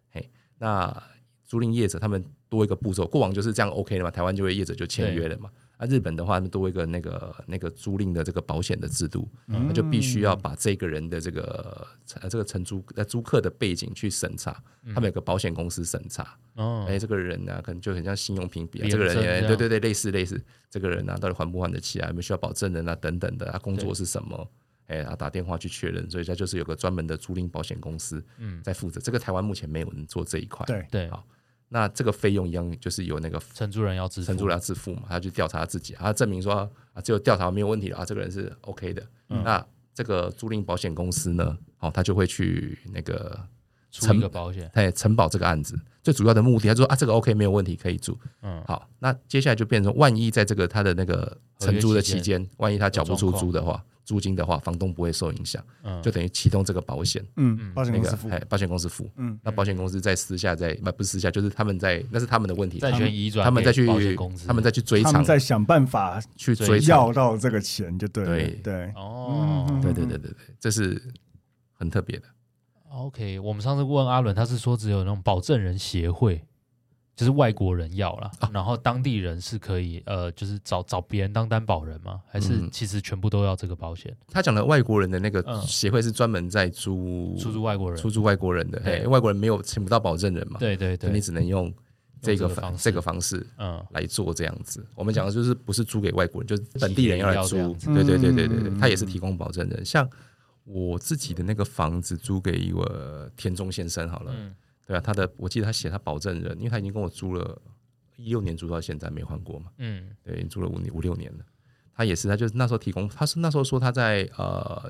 Speaker 2: 那租赁业者他们多一个步骤，过往就是这样 OK 的嘛，台湾就会业者就签约了嘛。啊，日本的话，他们多一个那个那个租赁的这个保险的制度，
Speaker 3: 嗯
Speaker 2: 那就必须要把这个人的这个呃这个承租呃租客的背景去审查，他们有个保险公司审查，
Speaker 3: 哦
Speaker 2: 哎、，这个人呢、可能就很像信用评比、啊，
Speaker 3: 比
Speaker 2: 这个人
Speaker 3: 人生
Speaker 2: 也
Speaker 3: 这
Speaker 2: 对
Speaker 3: 样
Speaker 2: 对对，类似类似，这个人啊，到底还不还得起啊？有没有需要保证人啊？等等的，他、工作
Speaker 3: 对
Speaker 2: 是什么？哎，啊，打电话去确认，所以他就是有个专门的租赁保险公司
Speaker 3: 嗯，
Speaker 2: 在负责。这个台湾目前没有人做这一块，
Speaker 4: 对，
Speaker 3: 对，
Speaker 2: 好那这个费用一样就是由那个
Speaker 3: 承租人要支付，
Speaker 2: 承租人要自付嘛，他去调查自己，他证明说啊，只有调查没有问题了啊，这个人是 OK 的。
Speaker 3: 嗯
Speaker 2: 那这个租赁保险公司呢，哦，他就会去那个
Speaker 3: 出一个保险，
Speaker 2: 哎，承保这个案子最主要的目的，他说啊，这个 OK 没有问题，可以住。
Speaker 3: 嗯，
Speaker 2: 好，那接下来就变成，万一在这个他的那个承租的期间，万一他缴不出租的话，租金的话，房东不会受影响，
Speaker 3: 嗯
Speaker 2: 就等于启动这个保险，
Speaker 4: 嗯，保险
Speaker 2: 那
Speaker 4: 公
Speaker 2: 个
Speaker 4: 司付
Speaker 2: 哎，保险公司付。
Speaker 4: 嗯，
Speaker 2: 那保险公司在私下在，不不是私下，就是他们在，那是他们的问题，
Speaker 3: 债
Speaker 2: 他们
Speaker 3: 权移转，
Speaker 2: 他们再去
Speaker 3: 保险公司，
Speaker 2: 他们再去追
Speaker 4: 他
Speaker 2: 偿
Speaker 4: 们，在想办法
Speaker 2: 去
Speaker 3: 追
Speaker 2: 追
Speaker 4: 要
Speaker 2: 偿。
Speaker 4: 到这个钱就对
Speaker 2: 对
Speaker 4: 了，对，
Speaker 3: 哦，
Speaker 4: 嗯
Speaker 2: 对对对对对，这是很特别的。
Speaker 3: OK，我们上次问阿伦，他是说只有那种保证人协会，就是外国人要啦，
Speaker 2: 啊
Speaker 3: 然后当地人是可以呃，就是找找别人当担保人吗？还是
Speaker 2: 嗯
Speaker 3: 其实全部都要这个保险？
Speaker 2: 他讲的外国人的那个
Speaker 3: 嗯
Speaker 2: 协会是专门在租
Speaker 3: 出租外国人？
Speaker 2: 出租外国人的，
Speaker 3: 对
Speaker 2: 嘿，外国人没有请不到保证人嘛，
Speaker 3: 对对对
Speaker 2: 你，只能用这个
Speaker 3: 用这个方
Speaker 2: 方
Speaker 3: 式
Speaker 2: 这个方式
Speaker 3: 嗯，
Speaker 2: 来做这样子。我们讲的就是不是租给外国人，就是本地人要来
Speaker 3: 企
Speaker 2: 租
Speaker 3: 业要这样。子
Speaker 2: 对对对对对
Speaker 4: 嗯
Speaker 2: 对，他也是提供保证人。像我自己的那个房子租给一个田中先生好了，
Speaker 3: 嗯
Speaker 2: 对啊，他的我记得他写他保证人，因为他已经跟我租了一六年租到现在没换过嘛，
Speaker 3: 嗯
Speaker 2: 对，已经租了五年五六年了。他也是，他就是那时候提供，他是那时候说他在呃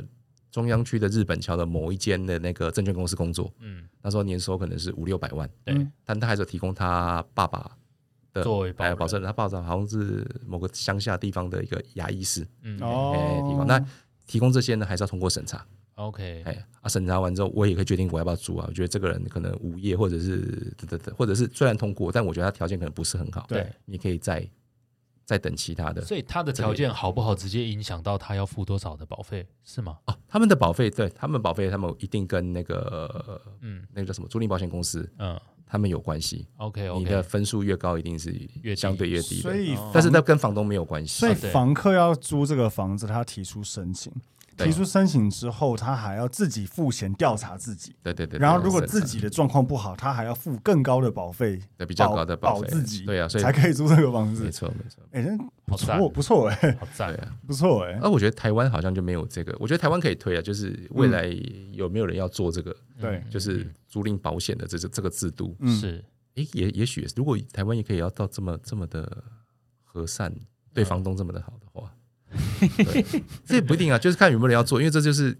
Speaker 2: 中央区的日本桥的某一间的那个证券公司工作，
Speaker 3: 嗯，
Speaker 2: 那时候年收可能是五六百万，
Speaker 3: 对，
Speaker 4: 嗯
Speaker 2: 但他还是有提供他爸爸的
Speaker 3: 作为保
Speaker 2: 还有保
Speaker 3: 证
Speaker 2: 证人，他爸爸好像是某个乡下地方的一个牙医师，
Speaker 3: 嗯
Speaker 2: 哎、提供
Speaker 4: 哦，
Speaker 2: 那。提供这些呢，还是要通过审查。
Speaker 3: 嗯，OK，
Speaker 2: 哎，啊，审查完之后，我也可以决定我要不要租啊。我觉得这个人可能无业，或者是等等等，或者是虽然通过，但我觉得他条件可能不是很好。
Speaker 4: 对，
Speaker 2: 你可以再再等其他的
Speaker 3: 所以他的条件好不好，直接影响到他要付多少的保费，是吗？
Speaker 2: 哦。他们的保费，对他们保费，他们一定跟那个
Speaker 3: 嗯
Speaker 2: 那个叫什么租赁保险公司，
Speaker 3: 嗯，
Speaker 2: 他们有关系。
Speaker 3: OK
Speaker 2: 你的
Speaker 3: OK，
Speaker 2: 分数越高，一定是
Speaker 3: 越低
Speaker 2: 相对越低
Speaker 4: 所
Speaker 2: 的。
Speaker 4: 以
Speaker 3: 哦
Speaker 2: 但是
Speaker 4: 房
Speaker 2: 那跟房东没有关系。哦
Speaker 4: 所以
Speaker 3: 啊对
Speaker 4: 房客要租这个房子，他提出申请，
Speaker 2: 对
Speaker 4: 提出申请之后，他还要自己付钱调查自己。
Speaker 2: 对对对。
Speaker 4: 然后，
Speaker 2: 对
Speaker 4: 如果
Speaker 2: 是
Speaker 4: 自己的状况不好，他还要付更高的保费，
Speaker 2: 对比较高的
Speaker 4: 保
Speaker 2: 费
Speaker 4: 自己，
Speaker 2: 对啊，所以
Speaker 4: 才可以租这个房子
Speaker 2: 没。错没错，
Speaker 4: 哎，那
Speaker 3: 好
Speaker 4: 不
Speaker 3: 赞
Speaker 4: 错，，不错， 哎，
Speaker 3: 好
Speaker 2: 对
Speaker 3: 赞，
Speaker 2: 啊。
Speaker 4: 不错，哎，
Speaker 2: 而我觉得台湾好像就没有这个，我觉得台湾可以推啊，就是未来有没有人要做这个，
Speaker 4: 嗯对，
Speaker 2: 就是租赁保险的这这这个制度？
Speaker 4: 嗯，
Speaker 3: 是
Speaker 2: 诶，也也许如果台湾也可以要到这么这么的和善，
Speaker 4: 嗯
Speaker 2: 对房东这么的好的话，对这也不一定啊，就是看有没有人要做，因为这就是嘖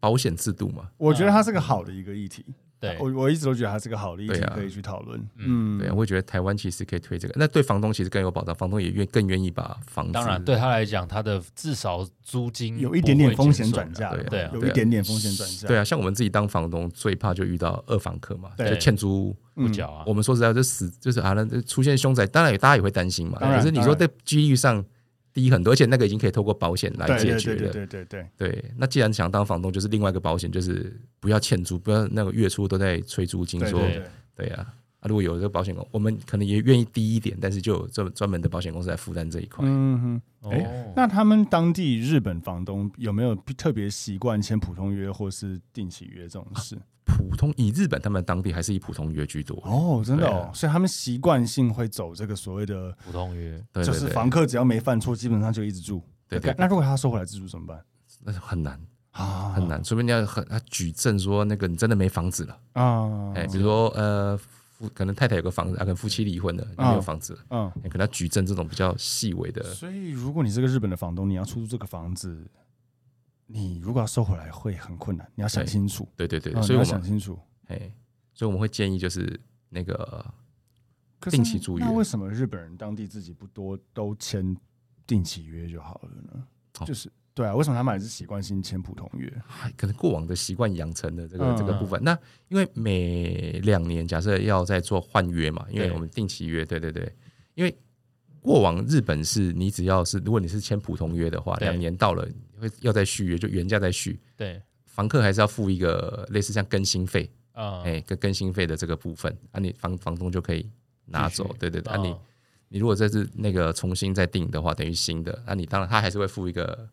Speaker 2: 保险制度嘛。
Speaker 4: 我觉得它是个好的一个议题。
Speaker 3: 对，
Speaker 4: 我我一直都觉得它是个好的议题
Speaker 2: 对，啊
Speaker 4: 可以去讨论。
Speaker 3: 嗯
Speaker 4: 嗯，
Speaker 2: 对啊，我也觉得台湾其实可以推这个，那对房东其实更有保障，房东也愿更愿意把房子
Speaker 3: 当然对他来讲，他的至少租金
Speaker 4: 有一点点风险转
Speaker 3: 嫁。
Speaker 4: 嫁，
Speaker 2: 对
Speaker 3: 啊
Speaker 4: 有
Speaker 2: 对
Speaker 4: 一
Speaker 2: 啊
Speaker 4: 点点风险转嫁，
Speaker 2: 对啊，像我们自己当房东，最怕就遇到二房客嘛，
Speaker 4: 对
Speaker 2: 就欠租。
Speaker 4: 嗯
Speaker 3: 不缴啊
Speaker 2: 我。们说实在，就死就是啊，那就出现凶宅，当然也大家也会担心嘛。
Speaker 4: 当然
Speaker 2: 可是你说在几率上低很多，而且那个已经可以透过保险来
Speaker 4: 对
Speaker 2: 解
Speaker 4: 对
Speaker 2: 决
Speaker 4: 对对
Speaker 2: 的。
Speaker 4: 对对对，
Speaker 2: 对，那既然想当房东，就是另外一个保险，就是不要欠租，不要那个月初都在催租金
Speaker 4: 对
Speaker 2: 说
Speaker 4: 对对
Speaker 2: 对啊。啊，如果有这个保险公，我们可能也愿意低一点，但是就有专专门的保险公司来负担这一块。
Speaker 4: 嗯哼。哎
Speaker 3: 哦
Speaker 4: 那他们当地日本房东有没有特别习惯签普通约或是定期约这种事？
Speaker 2: 普通以日本他们当地还是以普通约居多，
Speaker 4: 哦，真的
Speaker 2: 对
Speaker 4: 哦
Speaker 2: 啊，
Speaker 4: 所以他们习惯性会走这个所谓的，
Speaker 3: 普通约
Speaker 2: 对
Speaker 4: 就
Speaker 2: 对
Speaker 4: 是
Speaker 2: 对，
Speaker 4: 房客只要没犯错，基本上就一直住。
Speaker 2: 对对，对
Speaker 4: 那如果他收回来自住怎么办？
Speaker 2: 那是很难
Speaker 4: 啊，
Speaker 2: 很难，除非你要很他举证说那个你真的没房子了。
Speaker 4: 啊，
Speaker 2: 哎，比如说呃，夫可能太太有个房子，啊，可能夫妻离婚了，你没有房子了，
Speaker 4: 嗯。
Speaker 2: 哎可能要举证这种比较细微的，
Speaker 4: 所以，如果你是个日本的房东，你要出租这个房子，你如果要收回来会很困难，你要想
Speaker 2: 对
Speaker 4: 清楚，
Speaker 2: 对对对，
Speaker 4: 嗯
Speaker 2: 所以
Speaker 4: 你要
Speaker 2: 我
Speaker 4: 想
Speaker 2: 们
Speaker 4: 清楚。
Speaker 2: 哎，所以我们会建议就是那个
Speaker 4: 可是
Speaker 2: 定期租约
Speaker 4: 那为什么日本人当地自己不多都签定期约就好了呢？
Speaker 2: 哦
Speaker 4: 就是对啊，为什么他们还是习惯性签普通约？
Speaker 2: 哎可能过往的习惯养成的这个、
Speaker 4: 嗯
Speaker 2: 这个部分。那因为每两年假设要再做换约嘛，因为
Speaker 3: 对
Speaker 2: 我们定期约，对对对，因为。过往日本是你只要是如果你是签普通约的话，
Speaker 3: 对
Speaker 2: 两年到了你会要再续约，就原价再续，
Speaker 3: 对，
Speaker 2: 房客还是要付一个类似像更新费，
Speaker 3: 啊
Speaker 4: 嗯
Speaker 2: 哎、跟更新费的这个部分，啊，你房房东就可以拿
Speaker 3: 继续
Speaker 2: 走，对对对，啊
Speaker 4: 哦
Speaker 3: 嗯
Speaker 2: 你，你如果这次那个重新再定的话，等于新的，啊，你当然他还是会付一个，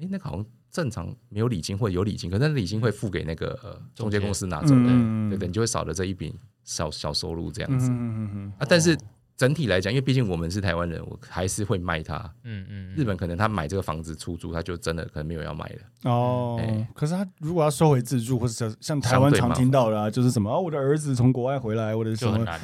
Speaker 2: 哎、那个好像正常没有礼金或者有礼金，可是那礼金会付给那个呃中介公司拿走的，
Speaker 4: 嗯
Speaker 2: 对对，你就会少了这一笔小小收入这样
Speaker 4: 嗯
Speaker 2: 子、
Speaker 4: 嗯嗯
Speaker 2: 啊，但是
Speaker 3: 哦。
Speaker 2: 整体来讲，因为毕竟我们是台湾人，我还是会卖它。
Speaker 3: 嗯嗯，
Speaker 2: 日本可能他买这个房子出租，他就真的可能没有要卖了。
Speaker 4: 嗯哦
Speaker 2: 哎。
Speaker 4: 可是他如果要收回自住，或者像像台湾
Speaker 2: 相对麻
Speaker 4: 常
Speaker 2: 烦
Speaker 4: 听到的啊，就是什么哦，我的儿子从国外回来，我的什
Speaker 3: 就
Speaker 4: 么
Speaker 3: 很
Speaker 4: 女
Speaker 3: 难，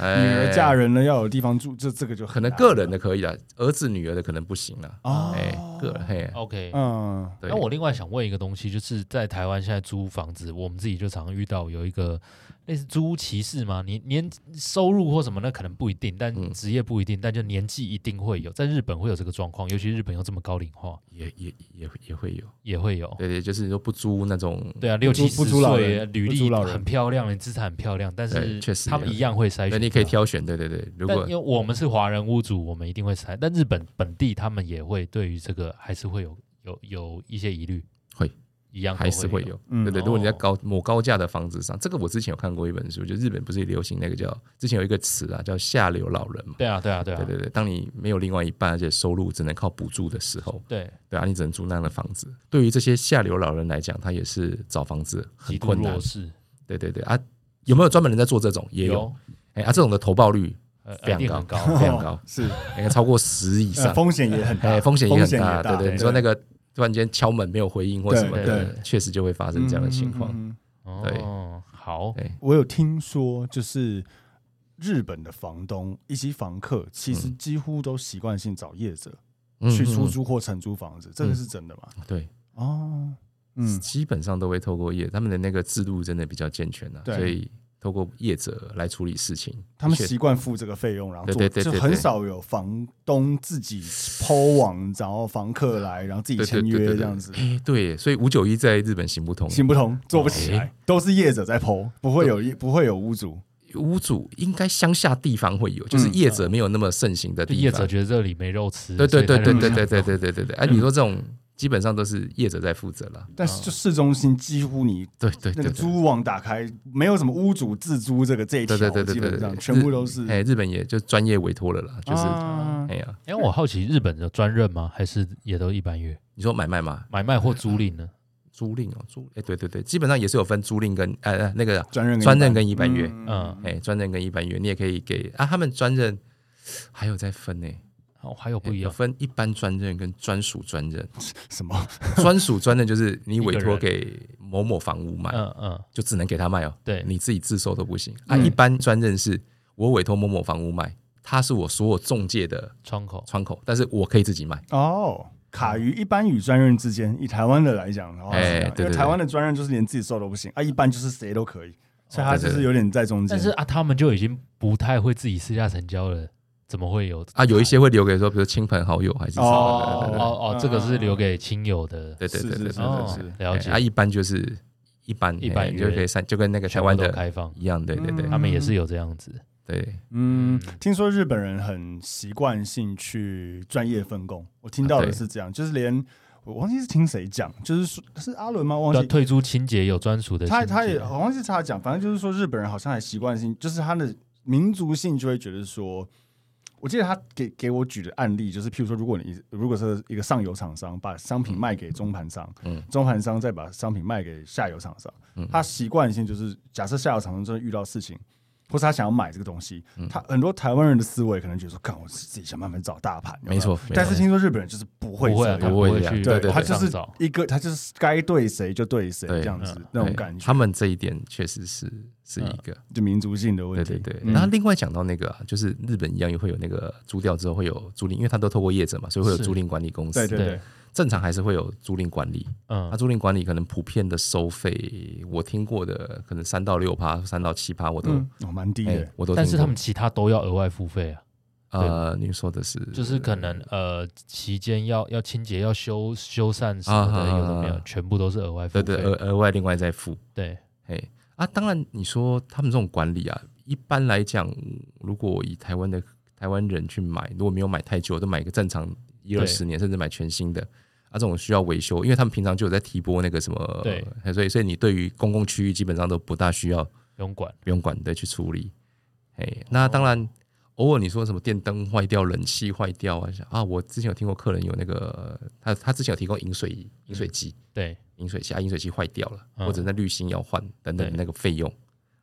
Speaker 4: 儿嫁
Speaker 2: 哎
Speaker 4: 人了要有地方住，这这个就
Speaker 2: 可
Speaker 4: 很
Speaker 2: 能
Speaker 4: 难
Speaker 2: 个人的可以啦，儿子女儿的可能不行啦。
Speaker 4: 哦
Speaker 2: 哎、个人嘿，
Speaker 3: OK，
Speaker 4: 嗯
Speaker 2: 对
Speaker 3: 那我另外想问一个东西，就是在台湾现在租房子，我们自己就常遇到有一个类似租屋歧视嘛，你年收入或什么那可能不一定，但
Speaker 2: 嗯
Speaker 3: 职业不一定，但就年纪一定会有，在日本会有这个状况，尤其日本又这么高龄化，
Speaker 2: 也也也会也会有，
Speaker 3: 也会有。
Speaker 2: 对对，就是说不租那种，
Speaker 3: 对啊，六
Speaker 4: 租
Speaker 3: 七十
Speaker 4: 不租老人
Speaker 3: 岁，履
Speaker 4: 不
Speaker 3: 历
Speaker 4: 租老人
Speaker 3: 很漂亮，你资产很漂亮，但
Speaker 2: 对
Speaker 3: 是
Speaker 2: 确实
Speaker 3: 他们
Speaker 2: 也
Speaker 3: 一样会筛
Speaker 2: 对，
Speaker 3: 选。
Speaker 2: 你可以，挑选，对对对。如
Speaker 3: 但
Speaker 2: 果
Speaker 3: 因为我们是华人屋主，我们一定会筛。但日本本地他们也会对于这个还是会有有有一些疑虑，
Speaker 2: 会
Speaker 3: 一样都
Speaker 2: 还是会
Speaker 3: 有
Speaker 2: 有，
Speaker 4: 嗯
Speaker 2: 对对。如果你在
Speaker 3: 哦
Speaker 2: 高某高价的房子上，这个我之前有看过一本书，就日本不是流行那个叫之前有一个词啊，叫下流老人嘛。
Speaker 3: 对啊，对啊，对啊，
Speaker 2: 对对对，当你没有另外一半，而且收入只能靠补助的时候，
Speaker 3: 对，
Speaker 2: 对啊，你只能租那样的房子。对于这些下流老人来讲，他也是找房子很
Speaker 3: 极度
Speaker 2: 困难
Speaker 3: 弱。势，
Speaker 2: 对对对啊，有没有专门人在做这种？也有，
Speaker 3: 有，
Speaker 2: 哎啊，这种的投报率
Speaker 3: 呃，
Speaker 2: 非
Speaker 3: 一定
Speaker 2: 常
Speaker 3: 很
Speaker 2: 高
Speaker 3: 高，，
Speaker 2: 非常 高，
Speaker 4: 是
Speaker 2: 应该超过十以
Speaker 4: 呃
Speaker 2: 上。
Speaker 4: 风险也很大
Speaker 2: 哎，，风险也很
Speaker 4: 风险也
Speaker 2: 大，
Speaker 4: 大
Speaker 2: 对对。
Speaker 4: 对
Speaker 2: 你说那个突然间敲门没有回应或什么
Speaker 3: 对对
Speaker 2: 的
Speaker 4: 对，
Speaker 2: 确实就会发生这样的情况
Speaker 4: 嗯。嗯嗯嗯
Speaker 2: 对
Speaker 3: 哦，好，
Speaker 2: 对，
Speaker 4: 我有听说，就是日本的房东以及房客，其实
Speaker 2: 嗯
Speaker 4: 几乎都习惯性找业者
Speaker 2: 嗯
Speaker 4: 去出。
Speaker 2: 嗯
Speaker 4: 租或承租房子，这个是真的吗？
Speaker 2: 嗯对，
Speaker 4: 哦，嗯
Speaker 2: 基本上都会透过业，他们的那个制度真的比较健全啊，
Speaker 4: 对
Speaker 2: 所以透过业者来处理事情。
Speaker 4: 他们
Speaker 2: 的确
Speaker 4: 习惯付这个费用，然后做，
Speaker 2: 对对对
Speaker 4: 就
Speaker 2: 对对
Speaker 4: 很少有房东自己抛网，然后房客来，然后自己
Speaker 2: 对
Speaker 4: 签
Speaker 2: 对对
Speaker 4: 约
Speaker 2: 对
Speaker 4: 这样子，
Speaker 2: 哎对，所以五九一在日本行不通。
Speaker 4: 行不通，做不起
Speaker 2: 哎
Speaker 4: 来，都是业者在抛，不会有不会有屋主，
Speaker 2: 屋主应该乡下地方会有，就是
Speaker 4: 嗯
Speaker 2: 业者没有那么盛行的
Speaker 3: 就
Speaker 2: 地
Speaker 3: 业
Speaker 2: 方
Speaker 3: 者。觉得这里没肉吃，
Speaker 2: 对对对
Speaker 3: 所以他就
Speaker 2: 对对
Speaker 3: 想
Speaker 4: 嗯
Speaker 2: 对对对对对对对。哎，你说这种基本上都是业者在负责了。
Speaker 4: 但是就市中心几乎你
Speaker 2: 对对嗯对
Speaker 4: 那个
Speaker 2: 对，
Speaker 4: 租网打开，没有什么屋主自租这个这一条
Speaker 2: 对对，对对
Speaker 4: 基
Speaker 2: 对
Speaker 4: 本
Speaker 2: 对
Speaker 4: 上
Speaker 2: 对
Speaker 4: 全部都是
Speaker 2: 哎，日本也就专业委托了啦，就是
Speaker 4: 啊
Speaker 2: 哎呀，
Speaker 3: 哎，我好奇日本的专任吗？还是也都一般约
Speaker 2: 你说买卖嘛，
Speaker 3: 买卖或租赁呢？
Speaker 2: 租赁哦，租哎，对对对，基本上也是有分租赁跟呃呃那个
Speaker 4: 专任
Speaker 2: 专任跟一般约，
Speaker 3: 嗯
Speaker 2: 哎，专任跟一般约，你也可以给啊，他们专任还有在分呢，
Speaker 3: 哦，还有
Speaker 2: 哎
Speaker 3: 不一
Speaker 2: 有
Speaker 3: 样，
Speaker 2: 分一般专任跟专属专任，
Speaker 4: 什么
Speaker 2: 专属专任就是你委
Speaker 3: 一
Speaker 2: 托
Speaker 3: 个
Speaker 2: 给某某房屋卖，
Speaker 3: 嗯嗯，
Speaker 2: 就只能给他卖哦，
Speaker 3: 对，
Speaker 2: 你自己自售都不行啊。
Speaker 3: 嗯
Speaker 2: 一般专任是我委托某某房屋卖，它是我所有中介的
Speaker 3: 窗口
Speaker 2: 窗口，但是我可以自己卖。
Speaker 4: 哦。卡于一般与专任之间，以台湾的来讲的话是这样，
Speaker 2: 哎对
Speaker 4: 因
Speaker 2: 对
Speaker 4: 为
Speaker 2: 对
Speaker 4: 台湾的专任就是连自己售都不行啊，一般就是谁都可以，哦所以他就
Speaker 2: 对对
Speaker 4: 是
Speaker 2: 对
Speaker 4: 有点在中间。
Speaker 3: 但是啊，他们就已经不太会自己私下成交了，怎么会有
Speaker 2: 啊，有一些会留给说，比如亲朋好友还是什
Speaker 3: 哦
Speaker 2: 么
Speaker 4: 对
Speaker 3: 哦
Speaker 2: 的。
Speaker 4: 嗯
Speaker 3: 哦，这个是留给亲友的，
Speaker 2: 对对对对对对
Speaker 4: 是
Speaker 2: 对
Speaker 3: 哦
Speaker 2: 对对，
Speaker 3: 了
Speaker 2: 哎啊，
Speaker 3: 解，
Speaker 2: 一般就是一般
Speaker 3: 一般
Speaker 2: 哎
Speaker 3: 约
Speaker 2: 你就可以上，就跟那个台
Speaker 3: 全
Speaker 2: 湾
Speaker 3: 部都
Speaker 2: 的嗯
Speaker 3: 开放，
Speaker 2: 一样，对对对
Speaker 3: 他们也是有这样子，
Speaker 2: 对，
Speaker 4: 嗯
Speaker 3: 嗯，
Speaker 4: 听说日本人很习惯性去专业分工，我听到
Speaker 2: 啊
Speaker 4: 的
Speaker 2: 对
Speaker 4: 是这样，就是连我忘记是听谁讲，就是说是阿伦吗？忘
Speaker 3: 要
Speaker 4: 记
Speaker 3: 退租清洁有专属的清
Speaker 4: 嗯他
Speaker 3: 洁，
Speaker 4: 他也好像是他讲，反正就是说日本人好像还习惯性，就是他的民族性就会觉得说，我记得他给给我举的案例就是，譬如说，如果你如果是一个上游厂商把商品卖给中盘商，
Speaker 2: 嗯
Speaker 4: 中盘商再把商品卖给下游厂商，
Speaker 2: 嗯
Speaker 4: 他习惯性就是假设下游厂商真的遇到事情。或是他想要买这个东西，
Speaker 2: 嗯
Speaker 4: 他很多台湾人的思维可能觉得说，看我自己想办法找大盘，有有
Speaker 2: 没错没错
Speaker 4: 但是听说日本人就是不会
Speaker 3: 不会啊，
Speaker 4: 这样，
Speaker 3: 他
Speaker 2: 不
Speaker 3: 会
Speaker 2: 会这样
Speaker 3: 去
Speaker 4: 对
Speaker 2: 嗯对
Speaker 4: 他
Speaker 3: 网
Speaker 4: 就
Speaker 3: 上
Speaker 4: 是
Speaker 3: 找
Speaker 4: 一个，他就是该对谁就对谁
Speaker 2: 对
Speaker 4: 这样子
Speaker 3: 嗯
Speaker 4: 那种
Speaker 2: 对
Speaker 4: 感觉。
Speaker 2: 他们这一点确实是是一个，
Speaker 4: 就民族性的问
Speaker 2: 对
Speaker 4: 题。
Speaker 2: 对对。
Speaker 4: 嗯
Speaker 2: 然后另外讲到那个啊，就是日本一样，也会有那个租掉之后会有租赁，因为它都透过业者嘛，所以会有
Speaker 3: 是
Speaker 2: 租赁管理公
Speaker 4: 对
Speaker 2: 司。
Speaker 4: 对
Speaker 3: 对
Speaker 4: 对，
Speaker 2: 正常还是会有租赁管理，那、
Speaker 3: 嗯
Speaker 2: 租赁管理可能普遍的收费，我听过的可能三到六趴、三到七趴，我都、
Speaker 4: 嗯，哦，蛮低
Speaker 2: 哎
Speaker 4: 的。
Speaker 2: 我都听过。
Speaker 3: 但是他们其他都要额外付费啊，
Speaker 2: 呃，你说的是
Speaker 3: 就是可能呃期间要要清洁、要修修缮什
Speaker 2: 啊
Speaker 3: 么的，
Speaker 2: 啊
Speaker 3: 有的没
Speaker 2: 啊
Speaker 3: 有
Speaker 2: 啊，
Speaker 3: 全部都是额外付
Speaker 2: 对
Speaker 3: 费。
Speaker 2: 对额额外另外再付，
Speaker 3: 对
Speaker 2: 哎啊，当然你说他们这种管理啊，一般来讲，如果以台湾的台湾人去买，如果没有买太久，都买一个正常一二
Speaker 3: 对
Speaker 2: 十年，甚至买全新的。啊，这种需要维修，因为他们平常就有在提拨那个什么，
Speaker 3: 对，
Speaker 2: 所以所以你对于公共区域基本上都不大需要
Speaker 3: 不用管。
Speaker 2: 不用管的去处理。哎，
Speaker 3: 哦
Speaker 2: 那当然，偶尔你说什么电灯坏掉、冷气坏掉啊啊，我之前有听过客人有那个，他他之前有提供饮水仪饮水机、
Speaker 3: 对，
Speaker 2: 饮水器啊，饮水器坏掉了，
Speaker 3: 嗯
Speaker 2: 或者那滤芯要换等等
Speaker 3: 对
Speaker 2: 那个费用，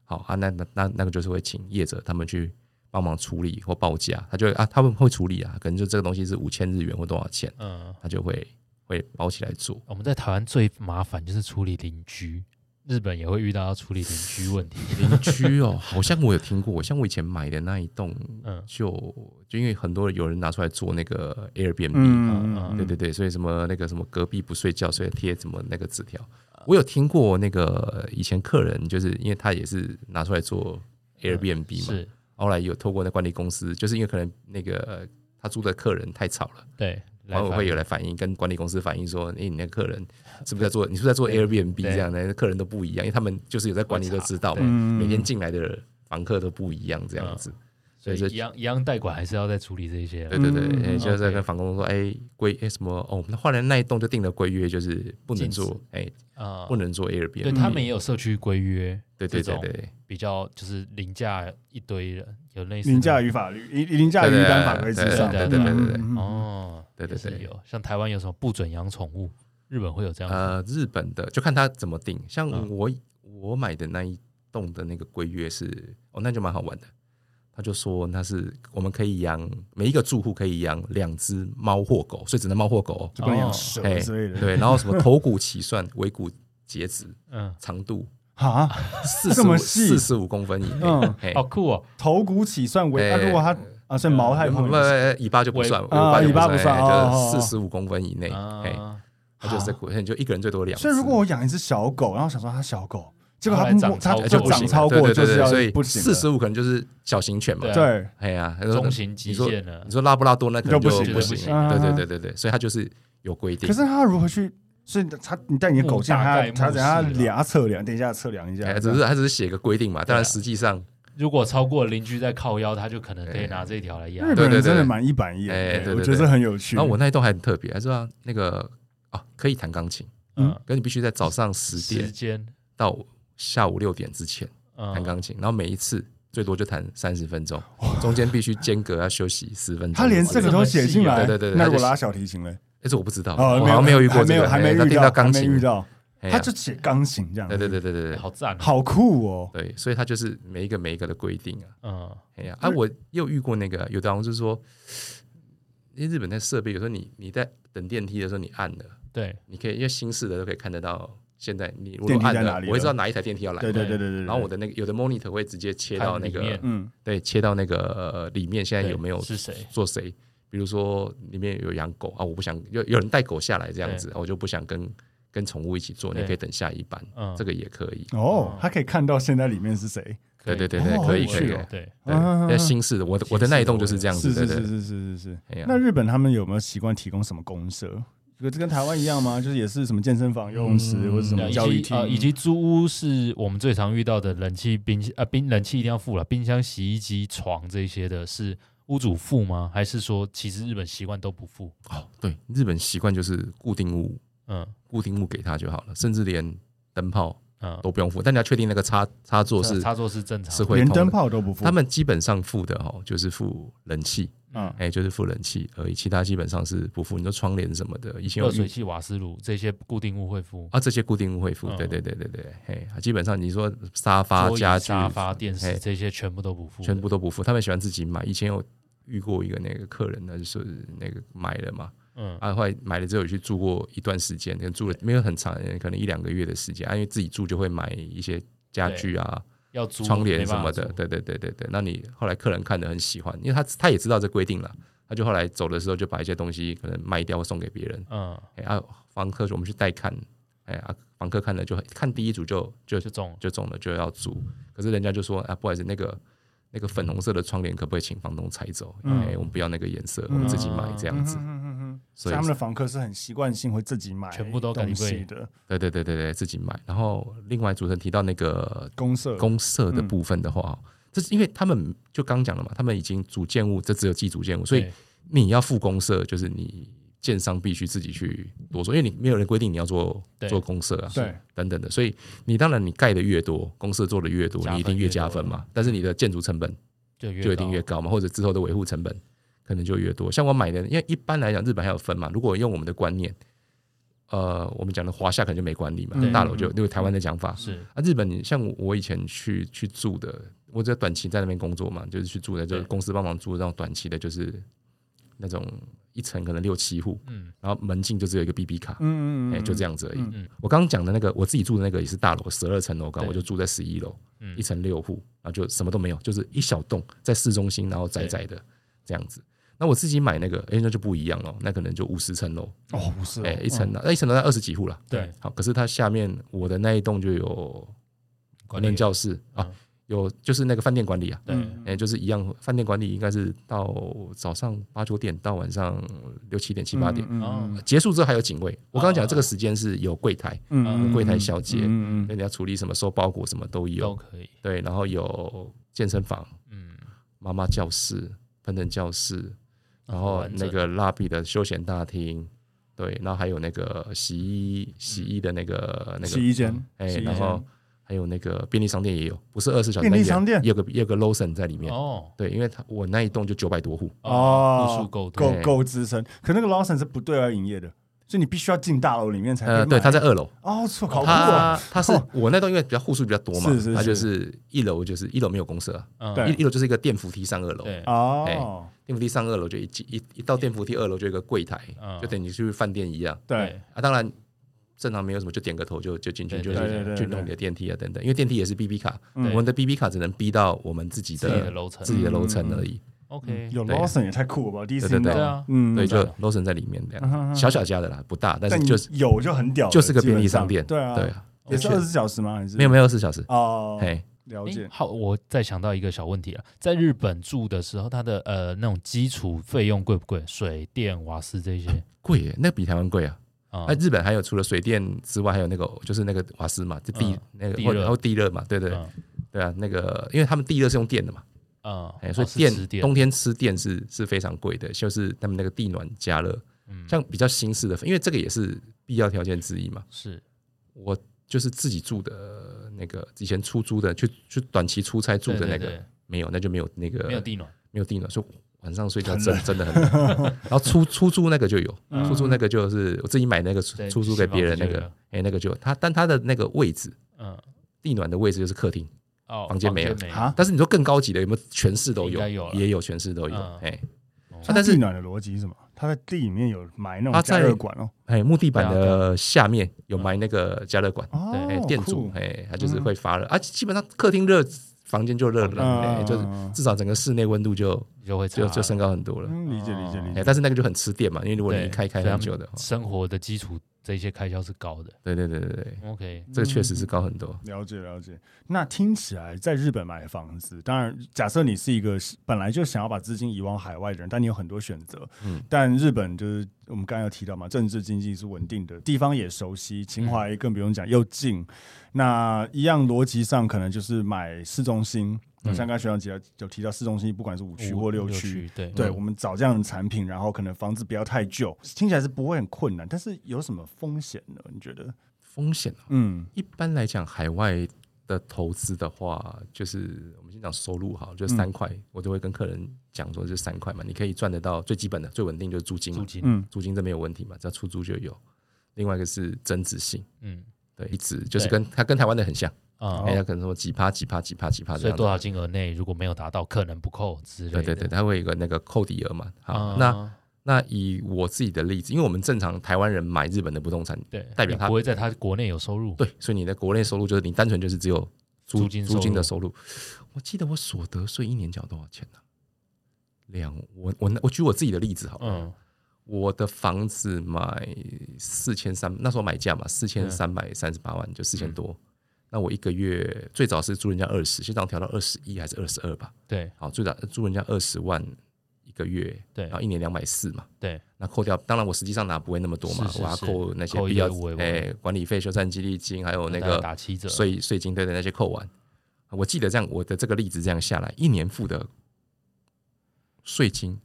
Speaker 2: 好啊，那那那那个就是会请业者他们去帮忙处理或报价，他就会啊他们会处理啊，可能就这个东西是五千日元或多少钱，
Speaker 3: 嗯，
Speaker 2: 他就会会包起来做。
Speaker 3: 我们在台湾最麻烦就是处理邻居，日本也会遇到要处理邻居问题。
Speaker 2: 邻居哦， 好像我有听过，像我以前买的那一栋，
Speaker 3: 嗯
Speaker 2: 就就因为很多人有人拿出来做那个 Airbnb，、
Speaker 4: 嗯
Speaker 3: 嗯
Speaker 4: 嗯，
Speaker 2: 对对对，所以什么那个什么隔壁不睡觉，所以贴什么那个纸条，我有听过那个呃以前客人，就是因为他也是拿出来做 Airbnb 嘛，
Speaker 3: 嗯是，
Speaker 2: 后来有透过那管理公司，就是因为可能那个呃他租的客人太吵了，
Speaker 3: 对，
Speaker 2: 管委
Speaker 3: 反
Speaker 2: 会有来反映，跟管理公司反映说，哎、你那客人是不是 在做，你是不是在做 Airbnb
Speaker 3: 对
Speaker 2: 这样的？客人都不一样，因为他们就是有在管理都知道嘛，
Speaker 3: 对嗯
Speaker 2: 每天进来的房客都不一样这样子。
Speaker 3: 所以
Speaker 2: 所以这
Speaker 3: 一样一样代管还是要再处理这些啊。
Speaker 2: 对对对，
Speaker 4: 嗯
Speaker 2: 哎就是在
Speaker 3: OK
Speaker 2: 跟房东说，哎、规哎、什么哦，我们后来那一栋就定了规约，就是不能
Speaker 3: 禁止
Speaker 2: 做，哎、
Speaker 3: 啊，
Speaker 2: 不能做 Airbnb。
Speaker 3: 对他们也有社区规约，
Speaker 2: 对对
Speaker 3: 这
Speaker 2: 对
Speaker 3: 种
Speaker 2: 对，
Speaker 3: 比较就是凌驾一堆人，有类似
Speaker 4: 凌驾
Speaker 3: 于
Speaker 4: 于法律，凌凌驾于一般法规之上。
Speaker 3: 对对对对
Speaker 2: 对对对
Speaker 4: 嗯，
Speaker 3: 哦，
Speaker 2: 对对
Speaker 3: 也是
Speaker 2: 对
Speaker 3: 有像台湾有什么不准养宠物，日本会有这样子。
Speaker 2: 呃，日本的就看他怎么定。像
Speaker 3: 嗯
Speaker 2: 我、我买的那一栋的那个规约是，哦，那就蛮好玩的。他就说那是我们可以养每一个住户可以养两只猫或狗，所以只能猫或狗哦。
Speaker 4: 就不能养
Speaker 3: 哦
Speaker 4: 蛇
Speaker 2: 哎
Speaker 4: 之类的。
Speaker 2: 对，然后什么头骨起算、 尾骨截止、
Speaker 3: 嗯，
Speaker 2: 长度
Speaker 4: 啊，
Speaker 2: 四十
Speaker 4: 这么
Speaker 2: 五
Speaker 4: 细
Speaker 2: 四十五公分以内。
Speaker 4: 嗯
Speaker 2: 嘿
Speaker 3: 好酷哦，
Speaker 4: 头骨起算为，
Speaker 2: 哎
Speaker 4: 啊如果他啊，所以毛太
Speaker 2: 不
Speaker 4: 胖
Speaker 2: 不，
Speaker 4: 了，
Speaker 2: 尾巴就不算，尾
Speaker 4: 啊
Speaker 2: 巴就
Speaker 4: 尾巴不算
Speaker 2: 哎
Speaker 4: 哦哦哦
Speaker 2: 就是四十五公分以内。哎，
Speaker 3: 啊，
Speaker 2: 它就是这骨，你就一个人最多两只。
Speaker 4: 所以如果我养一只小狗，然后想说它小狗，结果
Speaker 3: 后
Speaker 4: 它
Speaker 3: 来
Speaker 4: 摸
Speaker 3: 长
Speaker 4: 它
Speaker 3: 超
Speaker 2: 哎
Speaker 3: 过
Speaker 4: 就
Speaker 3: 就不
Speaker 4: 长
Speaker 3: 行
Speaker 4: 超过，
Speaker 2: 对对对
Speaker 4: 就是
Speaker 2: 对
Speaker 4: 要
Speaker 2: 所以
Speaker 4: 不行
Speaker 2: 四
Speaker 4: 了。
Speaker 2: 十五可能就是小型犬嘛
Speaker 3: 对，啊
Speaker 4: 对，
Speaker 2: 哎呀，
Speaker 3: 中型极限了
Speaker 2: 你说拉布拉多那可能就
Speaker 4: 就不
Speaker 3: 就
Speaker 2: 不
Speaker 4: 行
Speaker 3: 不
Speaker 2: 行
Speaker 3: 行，
Speaker 4: 啊
Speaker 2: 对对对对对，所以它就是有规定
Speaker 4: 可。是它如何去？所以它你带你的狗进来，
Speaker 3: 目大概目
Speaker 4: 它它等下
Speaker 3: 视啊
Speaker 4: 量它测量，等一下测量一下
Speaker 2: 哎，，只是它只是写个规定嘛，当然
Speaker 3: 对啊
Speaker 2: 实际上，
Speaker 3: 如果超过邻居在靠腰，他就可能得拿这一条来压
Speaker 4: 日。本
Speaker 2: 对
Speaker 4: 人
Speaker 2: 对对
Speaker 4: 真的蛮一板一眼
Speaker 2: 哎
Speaker 4: 的，
Speaker 2: 对
Speaker 4: 我
Speaker 2: 对
Speaker 4: 觉得
Speaker 2: 对
Speaker 4: 很有趣。
Speaker 2: 然后我那一栋还很特别，还是啊那个啊，可以弹钢琴，
Speaker 3: 嗯
Speaker 2: 可你必须在早上十
Speaker 3: 时
Speaker 2: 点
Speaker 3: 间，
Speaker 2: 到下午六点之前弹
Speaker 3: 嗯，
Speaker 2: 钢琴，然后每一次最多就弹三十分钟，中间必须间隔要休息十分钟。
Speaker 4: 他连这个都写进来，
Speaker 2: 对对对对他
Speaker 4: 那如
Speaker 2: 就
Speaker 4: 果拉小提琴嘞？
Speaker 2: 哎，这我不知道，
Speaker 4: 哦，
Speaker 2: 我好像没有遇过
Speaker 4: 还
Speaker 2: 这
Speaker 4: 没
Speaker 2: 个，
Speaker 4: 有，还没
Speaker 2: 哎那
Speaker 4: 遇
Speaker 2: 听
Speaker 4: 到，
Speaker 2: 钢
Speaker 4: 还没
Speaker 2: 琴
Speaker 4: 遇，到，
Speaker 2: 哎呀
Speaker 4: 他就写钢琴这样，
Speaker 2: 对对，对对对对，
Speaker 3: 好赞哦，
Speaker 4: 好酷哦，
Speaker 2: 对，所以他就是每一个每一个的规定啊，
Speaker 3: 嗯，
Speaker 2: 哎呀，啊，我也有遇过那个，有的好像是说，因为日本的设备有时候你你在等电梯的时候你按了，
Speaker 3: 对，
Speaker 2: 你可以因为新式的都可以看得到，现在你如
Speaker 4: 电
Speaker 2: 果
Speaker 4: 梯在
Speaker 2: 按
Speaker 4: 哪
Speaker 2: 了
Speaker 4: 里，了
Speaker 2: 我会知道哪一台电梯要来嘛，
Speaker 4: 对对对对对对，
Speaker 2: 然后我的那个有的 monitor 会直接切到那
Speaker 3: 看里
Speaker 2: 个
Speaker 3: 面
Speaker 4: 哦嗯，
Speaker 2: 对切到那个呃里面，现在有没有
Speaker 3: 对是谁？
Speaker 2: 做谁？比如说里面有养狗啊，我不想有有人带狗下来这样子，啊我就不想跟跟宠物一起做，
Speaker 3: 对
Speaker 2: 你可以等下一班，
Speaker 3: 嗯
Speaker 2: 这个也可以。
Speaker 4: 哦，他可以看到现在里面是谁，
Speaker 3: 可
Speaker 2: 对
Speaker 3: 以
Speaker 2: 对对对，
Speaker 4: 哦
Speaker 2: 可以
Speaker 4: 好有
Speaker 2: 可以。
Speaker 4: 趣
Speaker 2: 可以
Speaker 4: 哦
Speaker 3: 对，
Speaker 2: 对
Speaker 4: 啊，
Speaker 2: 那新式的我的我的那一栋就是这样
Speaker 4: 是
Speaker 2: 子，
Speaker 4: 是
Speaker 2: 对
Speaker 4: 是
Speaker 2: 对。
Speaker 4: 是是是是。
Speaker 2: 哎呀
Speaker 4: 那日本他们有没有习惯提供什么公社？这个跟台湾一样吗？就是也是什么健身房、游泳池
Speaker 2: 嗯
Speaker 4: 或者什么
Speaker 3: 以
Speaker 4: 教育
Speaker 3: 及
Speaker 4: 厅
Speaker 3: 呃，，以及租屋是我们最常遇到的冷气、冰啊冰冷气一定要付了，冰箱、洗衣机、床这些的是屋主付吗？还是说其实日本习惯都不付？
Speaker 2: 哦，对，日本习惯就是固定物，
Speaker 3: 嗯
Speaker 2: 固定物给他就好了，甚至连灯泡
Speaker 3: 嗯，
Speaker 2: 都不用付，但你要确定那个插插座是
Speaker 3: 啊插座是正常
Speaker 2: 是
Speaker 3: 的，
Speaker 2: 会
Speaker 4: 连
Speaker 2: 通的
Speaker 4: 灯泡都不付。
Speaker 2: 他们基本上付的哦，就是付冷气，
Speaker 4: 嗯，
Speaker 2: 哎、就是付冷气而已，其他基本上是不付。你说窗帘什么的，以前有
Speaker 3: 热水
Speaker 2: 遇
Speaker 3: 器、瓦斯炉这些固定物会付，
Speaker 2: 啊，这些固定物会付
Speaker 3: 嗯。
Speaker 2: 对对对对对，嘿，啊基本上你说沙发、
Speaker 3: 桌椅
Speaker 2: 家具、
Speaker 3: 沙发、电视
Speaker 2: 嘿
Speaker 3: 这些全部都不付的，
Speaker 2: 全部都不付，他们喜欢自己买。以前有遇过一个那个客人呢，就是那个买了嘛，
Speaker 3: 嗯
Speaker 2: 啊，后来买了之后有去住过一段时间，可能住了没有很长，可能一两个月的时间，啊，因为自己住就会买一些家具啊、
Speaker 3: 要租
Speaker 2: 窗
Speaker 3: 没
Speaker 2: 帘
Speaker 3: 办
Speaker 2: 什
Speaker 3: 法
Speaker 2: 么的，
Speaker 3: 租
Speaker 2: 对对对对对。那你后来客人看的很喜欢，因为他他也知道这规定了，他就后来走的时候就把一些东西可能卖掉或送给别人，
Speaker 3: 嗯
Speaker 2: 哎啊，房客我们去带看，哎啊，房客看了就很看第一组就就
Speaker 3: 就中了，
Speaker 2: 就中了就要租，可是人家就说啊，不好意思，那个那个粉红色的窗帘可不可以请房东拆走？哎、
Speaker 4: 嗯
Speaker 2: 我们不要那个颜色，我们自己买这样子。
Speaker 4: 嗯哼哼哼哼所
Speaker 2: 所
Speaker 4: 以
Speaker 2: 以
Speaker 4: 他们的房客是很习惯性会自己买
Speaker 3: 全部都给你
Speaker 4: 东西
Speaker 3: 贵
Speaker 4: 的
Speaker 2: 对对对对对，自己买。然后另外主持人提到那个
Speaker 4: 公社。
Speaker 2: 公社的部分的话，这是因为他们就刚讲了嘛，他们已经主建物，这只有记主建物，所以
Speaker 3: 对
Speaker 2: 你要付公社，就是你建商必须自己去多做，因为你没有人规定你要做
Speaker 3: 对
Speaker 2: 做公社啊，
Speaker 4: 对
Speaker 2: 等等的，所以你当然你盖的越多，公社做的越多
Speaker 3: 加，分
Speaker 2: 你一定
Speaker 3: 越
Speaker 2: 越
Speaker 3: 多
Speaker 2: 加分嘛，但是你的建筑成本
Speaker 3: 就越
Speaker 2: 就一定越
Speaker 3: 高
Speaker 2: 高嘛，或者之后的维护成本可能就越多。像我买的，因为一般来讲日本还有分嘛，如果用我们的观念，呃，我们讲的华夏可能就没管理嘛
Speaker 3: 对，
Speaker 2: 大楼就因为台湾的讲法，
Speaker 3: 嗯是
Speaker 2: 啊，日本你像我我以前去去住的，我在短期在那边工作嘛，就是去住的，就是
Speaker 3: 对
Speaker 2: 公司帮忙租的那种短期的，就是那种一层可能六七户，
Speaker 3: 嗯
Speaker 2: 然后门禁就只有一个 BB 卡，
Speaker 4: 嗯嗯
Speaker 2: 哎、
Speaker 4: 嗯，
Speaker 2: 就这样子而已。
Speaker 4: 嗯
Speaker 3: 嗯
Speaker 2: 我刚刚讲的那个，我自己住的那个也是大楼，十二层楼高，
Speaker 3: 对
Speaker 2: 我就住在十一楼，
Speaker 3: 嗯
Speaker 2: 一层六户，然后就什么都没有，就是一小栋在市中心，然后窄
Speaker 3: 对
Speaker 2: 窄的这样子。那我自己买那个，哎、那就不一样了，那可能就五十层楼，
Speaker 4: 哦，不是哦，
Speaker 2: 哎、一层那、一层楼在二十几户了。
Speaker 3: 啊嗯对，
Speaker 2: 好，可是它下面我的那一栋就有管
Speaker 3: 理
Speaker 2: 理
Speaker 3: 员
Speaker 2: 教室啊
Speaker 3: 嗯，
Speaker 2: 有就是那个饭店管理啊，
Speaker 3: 对
Speaker 4: 嗯
Speaker 2: 哎，就是一样，饭店管理应该是到早上八九点到晚上六七点七八点，呃
Speaker 4: 嗯
Speaker 3: 哦
Speaker 2: 结束之后还有警卫。我刚刚讲
Speaker 3: 哦
Speaker 2: 这个时间是有柜台，
Speaker 4: 嗯
Speaker 3: 嗯
Speaker 4: 嗯
Speaker 2: 柜台小姐
Speaker 4: 嗯嗯嗯
Speaker 2: 人家处理什么收包裹什么
Speaker 3: 都
Speaker 2: 都有，
Speaker 3: 可以，
Speaker 2: 对，然后有健身房、
Speaker 3: 嗯，
Speaker 2: 妈妈教室、烹饪教室，然后
Speaker 3: 完
Speaker 2: 那
Speaker 3: 整
Speaker 2: 个蜡笔的休闲大厅，对，然后还有那个洗衣洗衣的那个那个
Speaker 4: 洗衣间，
Speaker 2: 哎，
Speaker 4: 洗衣
Speaker 2: 然后
Speaker 4: 间
Speaker 2: 还有那个便利商店也有，不是二十四小时，
Speaker 4: 便利商店
Speaker 2: 但也有个也有个 Lawson 在里面。
Speaker 3: 哦啊
Speaker 2: 对，因为他我那一栋就九百多户，
Speaker 4: 哦
Speaker 3: 户数够多
Speaker 4: 够够资深，可那个 Lawson 是不对外营业的，所以你必须要进大楼里面才可以
Speaker 2: 呃，
Speaker 4: 买。
Speaker 2: 对，他在二楼，
Speaker 4: 哦，错，哎好酷哦，
Speaker 2: 他他是我那栋因为比较户数比较多嘛
Speaker 4: 是是是，
Speaker 2: 他就是一楼就是一楼没有公社啊，
Speaker 3: 嗯
Speaker 4: 对
Speaker 2: 一一楼就是一个电扶梯上二楼，
Speaker 3: 对
Speaker 4: 哦，
Speaker 2: 电扶梯上二楼就一进一一到电扶梯二楼就有一个柜台
Speaker 3: 嗯，
Speaker 2: 就等于去饭店一样
Speaker 4: 对，
Speaker 2: 啊，当然。正常没有什么，就点个头就就进去，
Speaker 3: 对
Speaker 2: 就
Speaker 3: 对
Speaker 4: 对对
Speaker 2: 是去弄你的电梯啊等等，因为电梯也是 B B 卡，我
Speaker 4: 嗯
Speaker 2: 们的 B B 卡只能逼到我们自己
Speaker 3: 自己的
Speaker 2: 的
Speaker 3: 楼层
Speaker 2: 自己的楼层
Speaker 4: 嗯
Speaker 2: 而已。
Speaker 3: ，OK，
Speaker 4: 有
Speaker 2: 对
Speaker 4: Lawson 也太酷了吧，第一次
Speaker 2: 对
Speaker 4: 听
Speaker 2: 对
Speaker 4: 到
Speaker 3: 对啊，
Speaker 4: 嗯，
Speaker 2: 对，就
Speaker 3: 对
Speaker 2: Lawson 在里面这
Speaker 4: 嗯哼
Speaker 2: 样，
Speaker 4: 哼
Speaker 2: 小小家的啦，不大，但
Speaker 4: 但
Speaker 2: 是
Speaker 4: 你
Speaker 2: 就是
Speaker 4: 有就很屌了，
Speaker 2: 就是个便利
Speaker 4: 基本上
Speaker 2: 商店，
Speaker 4: 对啊，
Speaker 2: 对，啊，
Speaker 4: 也是
Speaker 2: 的确
Speaker 4: 二十小时吗？还是
Speaker 2: 没有没有二十四小时，
Speaker 4: 哦，
Speaker 2: 嘿，
Speaker 4: 了
Speaker 3: 诶
Speaker 4: 解，
Speaker 3: 好，我再想到一个小问题了，在日本住的时候，它的呃那种基础费用贵不贵？水电、瓦斯 这些
Speaker 2: 贵耶，那比台湾贵啊。
Speaker 4: 哦
Speaker 3: 啊
Speaker 2: 那，日本还有除了水电之外，还有那个就是那个瓦斯嘛，就地
Speaker 3: 嗯
Speaker 2: 那
Speaker 3: 地
Speaker 2: 个或
Speaker 3: 热
Speaker 2: 然后地热嘛，对对
Speaker 3: 嗯
Speaker 2: 对啊，那个因为他们地热是用电的嘛，
Speaker 3: 嗯
Speaker 2: 哎，所以
Speaker 3: 哦是吃
Speaker 2: 电
Speaker 3: 电
Speaker 2: 冬天吃电是是非常贵的，就是他们那个地暖加热
Speaker 3: 嗯，
Speaker 2: 像比较新式的，因为这个也是必要条件之一嘛。
Speaker 3: 是
Speaker 2: 我就是自己住的那个以前出租的，去去短期出差住的
Speaker 3: 对对
Speaker 2: 那个呃
Speaker 3: 对
Speaker 2: 没有，那就没有那个
Speaker 3: 没有地暖，
Speaker 2: 没有地暖，所以晚上睡觉真真的很冷。然后出出租那个就有，出租那个就是我自己买那个出
Speaker 3: 对
Speaker 2: 出租给别人那
Speaker 3: 新
Speaker 2: 个
Speaker 3: 房子，
Speaker 2: 哎，那个就有它，但它的那个位置
Speaker 3: 嗯，
Speaker 2: 地暖的位置就是客厅，
Speaker 3: 哦，
Speaker 2: 房间没有
Speaker 4: 啊，
Speaker 2: 但是你说更高级的有没有？全市都
Speaker 3: 应
Speaker 2: 有
Speaker 3: 该有，了
Speaker 2: 也有全市都有
Speaker 3: 嗯，
Speaker 2: 哎
Speaker 4: 它
Speaker 2: 但是
Speaker 4: 地暖的逻辑是什么？它在地里面有埋那种
Speaker 2: 它
Speaker 4: 加
Speaker 2: 在
Speaker 4: 热管哦，
Speaker 2: 哎，木地板
Speaker 3: 对啊
Speaker 2: 的下面有埋那个加热管，
Speaker 4: 哦
Speaker 2: 哎，，店主
Speaker 4: 酷
Speaker 2: 哎，他就是会发热，啊，基本上客厅热，房间就热了，
Speaker 4: 嗯
Speaker 2: 哎，就是至少整个室内温度就
Speaker 3: 就会差
Speaker 2: 就就升高很多了。
Speaker 4: 嗯，理解理解理
Speaker 2: 哎，
Speaker 4: 解。
Speaker 2: 但是那个就很吃电嘛，因为如果
Speaker 3: 对
Speaker 2: 你开
Speaker 3: 所
Speaker 2: 开
Speaker 3: 以他
Speaker 2: 很
Speaker 3: 们
Speaker 2: 久的话，哦
Speaker 3: 生活的基础这些开销是高的。
Speaker 2: 对对对对对，
Speaker 3: OK，
Speaker 2: 这个确实是高很多。
Speaker 4: 了解了解，那听起来在日本买房子，当然假设你是一个本来就想要把资金移往海外的人，但你有很多选择。
Speaker 2: 嗯
Speaker 4: 但日本就是我们刚刚有提到嘛，政治经济是稳定的，地方也熟悉，情怀更不用讲，又近。那一样逻辑上可能就是买市中心，
Speaker 2: 嗯
Speaker 4: 像刚才学长姐有提到市中心，不管是五区
Speaker 3: 五
Speaker 4: 或六区，
Speaker 3: 区，对
Speaker 4: 对，
Speaker 2: 嗯
Speaker 4: 我们找这样的产品，然后可能房子不要太旧，听起来是不会很困难，但是有什么风险呢？你觉得？
Speaker 2: 风险哦
Speaker 4: 嗯
Speaker 2: 一般来讲，海外的投资的话，就是我们先讲收入好了，就
Speaker 4: 嗯
Speaker 2: 三块，我都会跟客人讲说，这三块嘛，你可以赚得到最基本的、最稳定就是租金嘛
Speaker 3: 租，金，
Speaker 4: 嗯
Speaker 2: 租金这没有问题嘛，只要出租就有。另外一个是增值性，
Speaker 3: 嗯
Speaker 2: 对，一直就是
Speaker 3: 对
Speaker 2: 跟它跟台湾的很像，
Speaker 3: 啊
Speaker 4: 哦，
Speaker 2: 哎，它可能说几趴、几趴、几趴、几趴这
Speaker 3: 所以
Speaker 2: 样
Speaker 3: 多少
Speaker 2: 子。
Speaker 3: 金额内如果没有达到，可能不扣之类
Speaker 2: 对
Speaker 3: 的。
Speaker 2: 对对，它会有一个那个扣抵额嘛。好，
Speaker 3: 啊
Speaker 2: 那那以我自己的例子，因为我们正常台湾人买日本的不动产，
Speaker 3: 对
Speaker 2: 代表
Speaker 3: 你
Speaker 2: 他
Speaker 3: 不会在他国内有收入，
Speaker 2: 对，所以你的国内收入就是你单纯就是只有租
Speaker 3: 租金收入
Speaker 2: 的收入。我记得我所得税一年缴多少钱呢、两我我我举我自己的例子好了，
Speaker 3: 嗯，
Speaker 2: 我的房子买四千三，那时候买价嘛，四千三百三十八
Speaker 3: 嗯
Speaker 2: 万，就四千多。那我一个月最早是租人家二十，现在好像调到二十一还是二十二吧？
Speaker 3: 对
Speaker 2: 好，最早呃租人家二十万一个月，
Speaker 3: 对
Speaker 2: 然后一年两百四嘛，
Speaker 3: 对，
Speaker 2: 那扣掉，当然我实际上拿不会那么多嘛，
Speaker 3: 是是
Speaker 2: 我要
Speaker 3: 是
Speaker 2: 扣那些
Speaker 3: 扣一
Speaker 2: 必要
Speaker 3: 些有的没
Speaker 2: 哎管理费、修缮激励金，还有那
Speaker 3: 大概
Speaker 2: 个
Speaker 3: 打七折，以
Speaker 2: 税税金对的那些扣完。我记得这样，我的这个例子这样下来，一年付的税金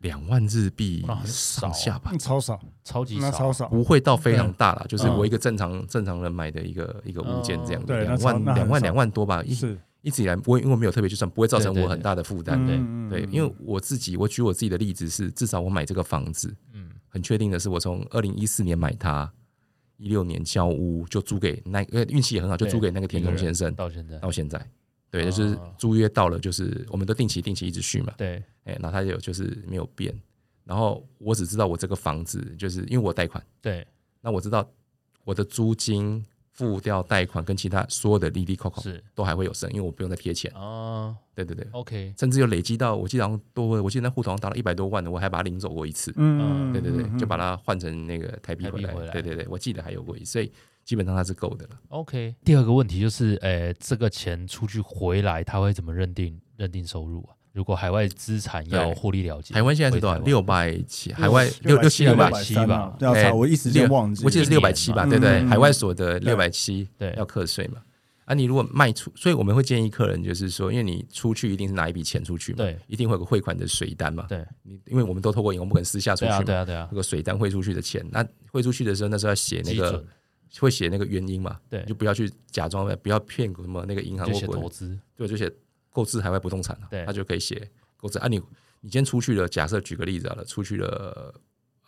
Speaker 2: 两万日币
Speaker 3: 哇很少
Speaker 2: 上下吧，
Speaker 4: 超少，
Speaker 3: 超级
Speaker 4: 那超
Speaker 3: 少，
Speaker 4: 少。
Speaker 2: 不会到非常大啦，就是我一个正常正常人买的一个一个物件这样，
Speaker 4: 对那
Speaker 2: 两
Speaker 4: 超
Speaker 2: 万
Speaker 4: 那很
Speaker 2: 两万
Speaker 4: 少
Speaker 2: 两万多吧，一
Speaker 4: 是，
Speaker 2: 一直以来我因为我没有特别去算，不会造成
Speaker 3: 对对
Speaker 2: 我很
Speaker 3: 对
Speaker 2: 大的负担。
Speaker 4: 嗯
Speaker 2: 对，因为我自己，我举我自己的例子是，至少我买这个房子，
Speaker 3: 嗯
Speaker 2: 很确定的是，我从二零一四年买它，一六年交屋就租给那呃运气也很好，就
Speaker 3: 对
Speaker 2: 租给那个田中先生，
Speaker 3: 到现在，
Speaker 2: 到现在，对，就是
Speaker 3: 哦
Speaker 2: 租约到了，就是我们都定期定期一直续嘛，
Speaker 3: 对
Speaker 2: 哎，然后他有就是没有变，然后我只知道我这个房子就是因为我贷款，
Speaker 3: 对
Speaker 2: 那我知道我的租金付掉贷款跟其他所有的利利扣扣
Speaker 3: 是
Speaker 2: 都还会有剩，因为我不用再贴钱，
Speaker 3: 啊
Speaker 2: 对对对，
Speaker 3: ，OK，
Speaker 2: 甚至有累积到我记得好像多，我记得那户头好像达到一百多万的，我还把它领走过一次，
Speaker 4: 嗯
Speaker 2: 啊对对对，就把它换成那个台币
Speaker 3: 台
Speaker 2: 回
Speaker 3: 币
Speaker 2: 来。
Speaker 3: 回来
Speaker 2: 对对对，我记得还有过一，所以基本上它是够的了。
Speaker 3: OK，第二个问题就是，呃，这个钱出去回来，他会怎么认定认定收入啊？如果海外资产要
Speaker 2: 对
Speaker 3: 获利了结，
Speaker 2: 台湾现在是多少？
Speaker 3: 回台湾
Speaker 2: 六百七，海外六六七
Speaker 3: 六
Speaker 2: 六百
Speaker 3: 百，
Speaker 4: 七
Speaker 3: 700
Speaker 4: 吧
Speaker 3: 吧？
Speaker 4: 要
Speaker 2: 哎
Speaker 4: 查，啊我一时间
Speaker 2: 六
Speaker 4: 忘记了，
Speaker 2: 我记得是六百七
Speaker 3: 一年
Speaker 2: 吧？
Speaker 3: 嘛
Speaker 2: 对对，
Speaker 4: 嗯
Speaker 2: 海外所得
Speaker 4: 对
Speaker 2: 六百七，
Speaker 3: 对
Speaker 2: 要课税嘛。啊，你如果卖出，所以我们会建议客人就是说，因为你出去一定是拿一笔钱出去嘛，
Speaker 3: 对，
Speaker 2: 一定会有个汇款的水单嘛，
Speaker 3: 对
Speaker 2: 你因为我们都透过银行，我们不可能私下出
Speaker 3: 对
Speaker 2: 去
Speaker 3: 啊
Speaker 2: 嘛，
Speaker 3: 对啊对啊
Speaker 2: 那，个水单汇出去的钱，那汇出去的时候，那时候要写那
Speaker 3: 基
Speaker 2: 个
Speaker 3: 准
Speaker 2: 会写那个原因嘛，
Speaker 3: 对
Speaker 2: 你就不要去假装不要骗什么那个银行
Speaker 3: 就
Speaker 2: 或
Speaker 3: 写
Speaker 2: 国
Speaker 3: 投资，
Speaker 2: 对，就写购置海外不动产啊，
Speaker 3: 对
Speaker 2: 他就可以写购置啊你。你今天出去了，假设举个例子好了，出去了，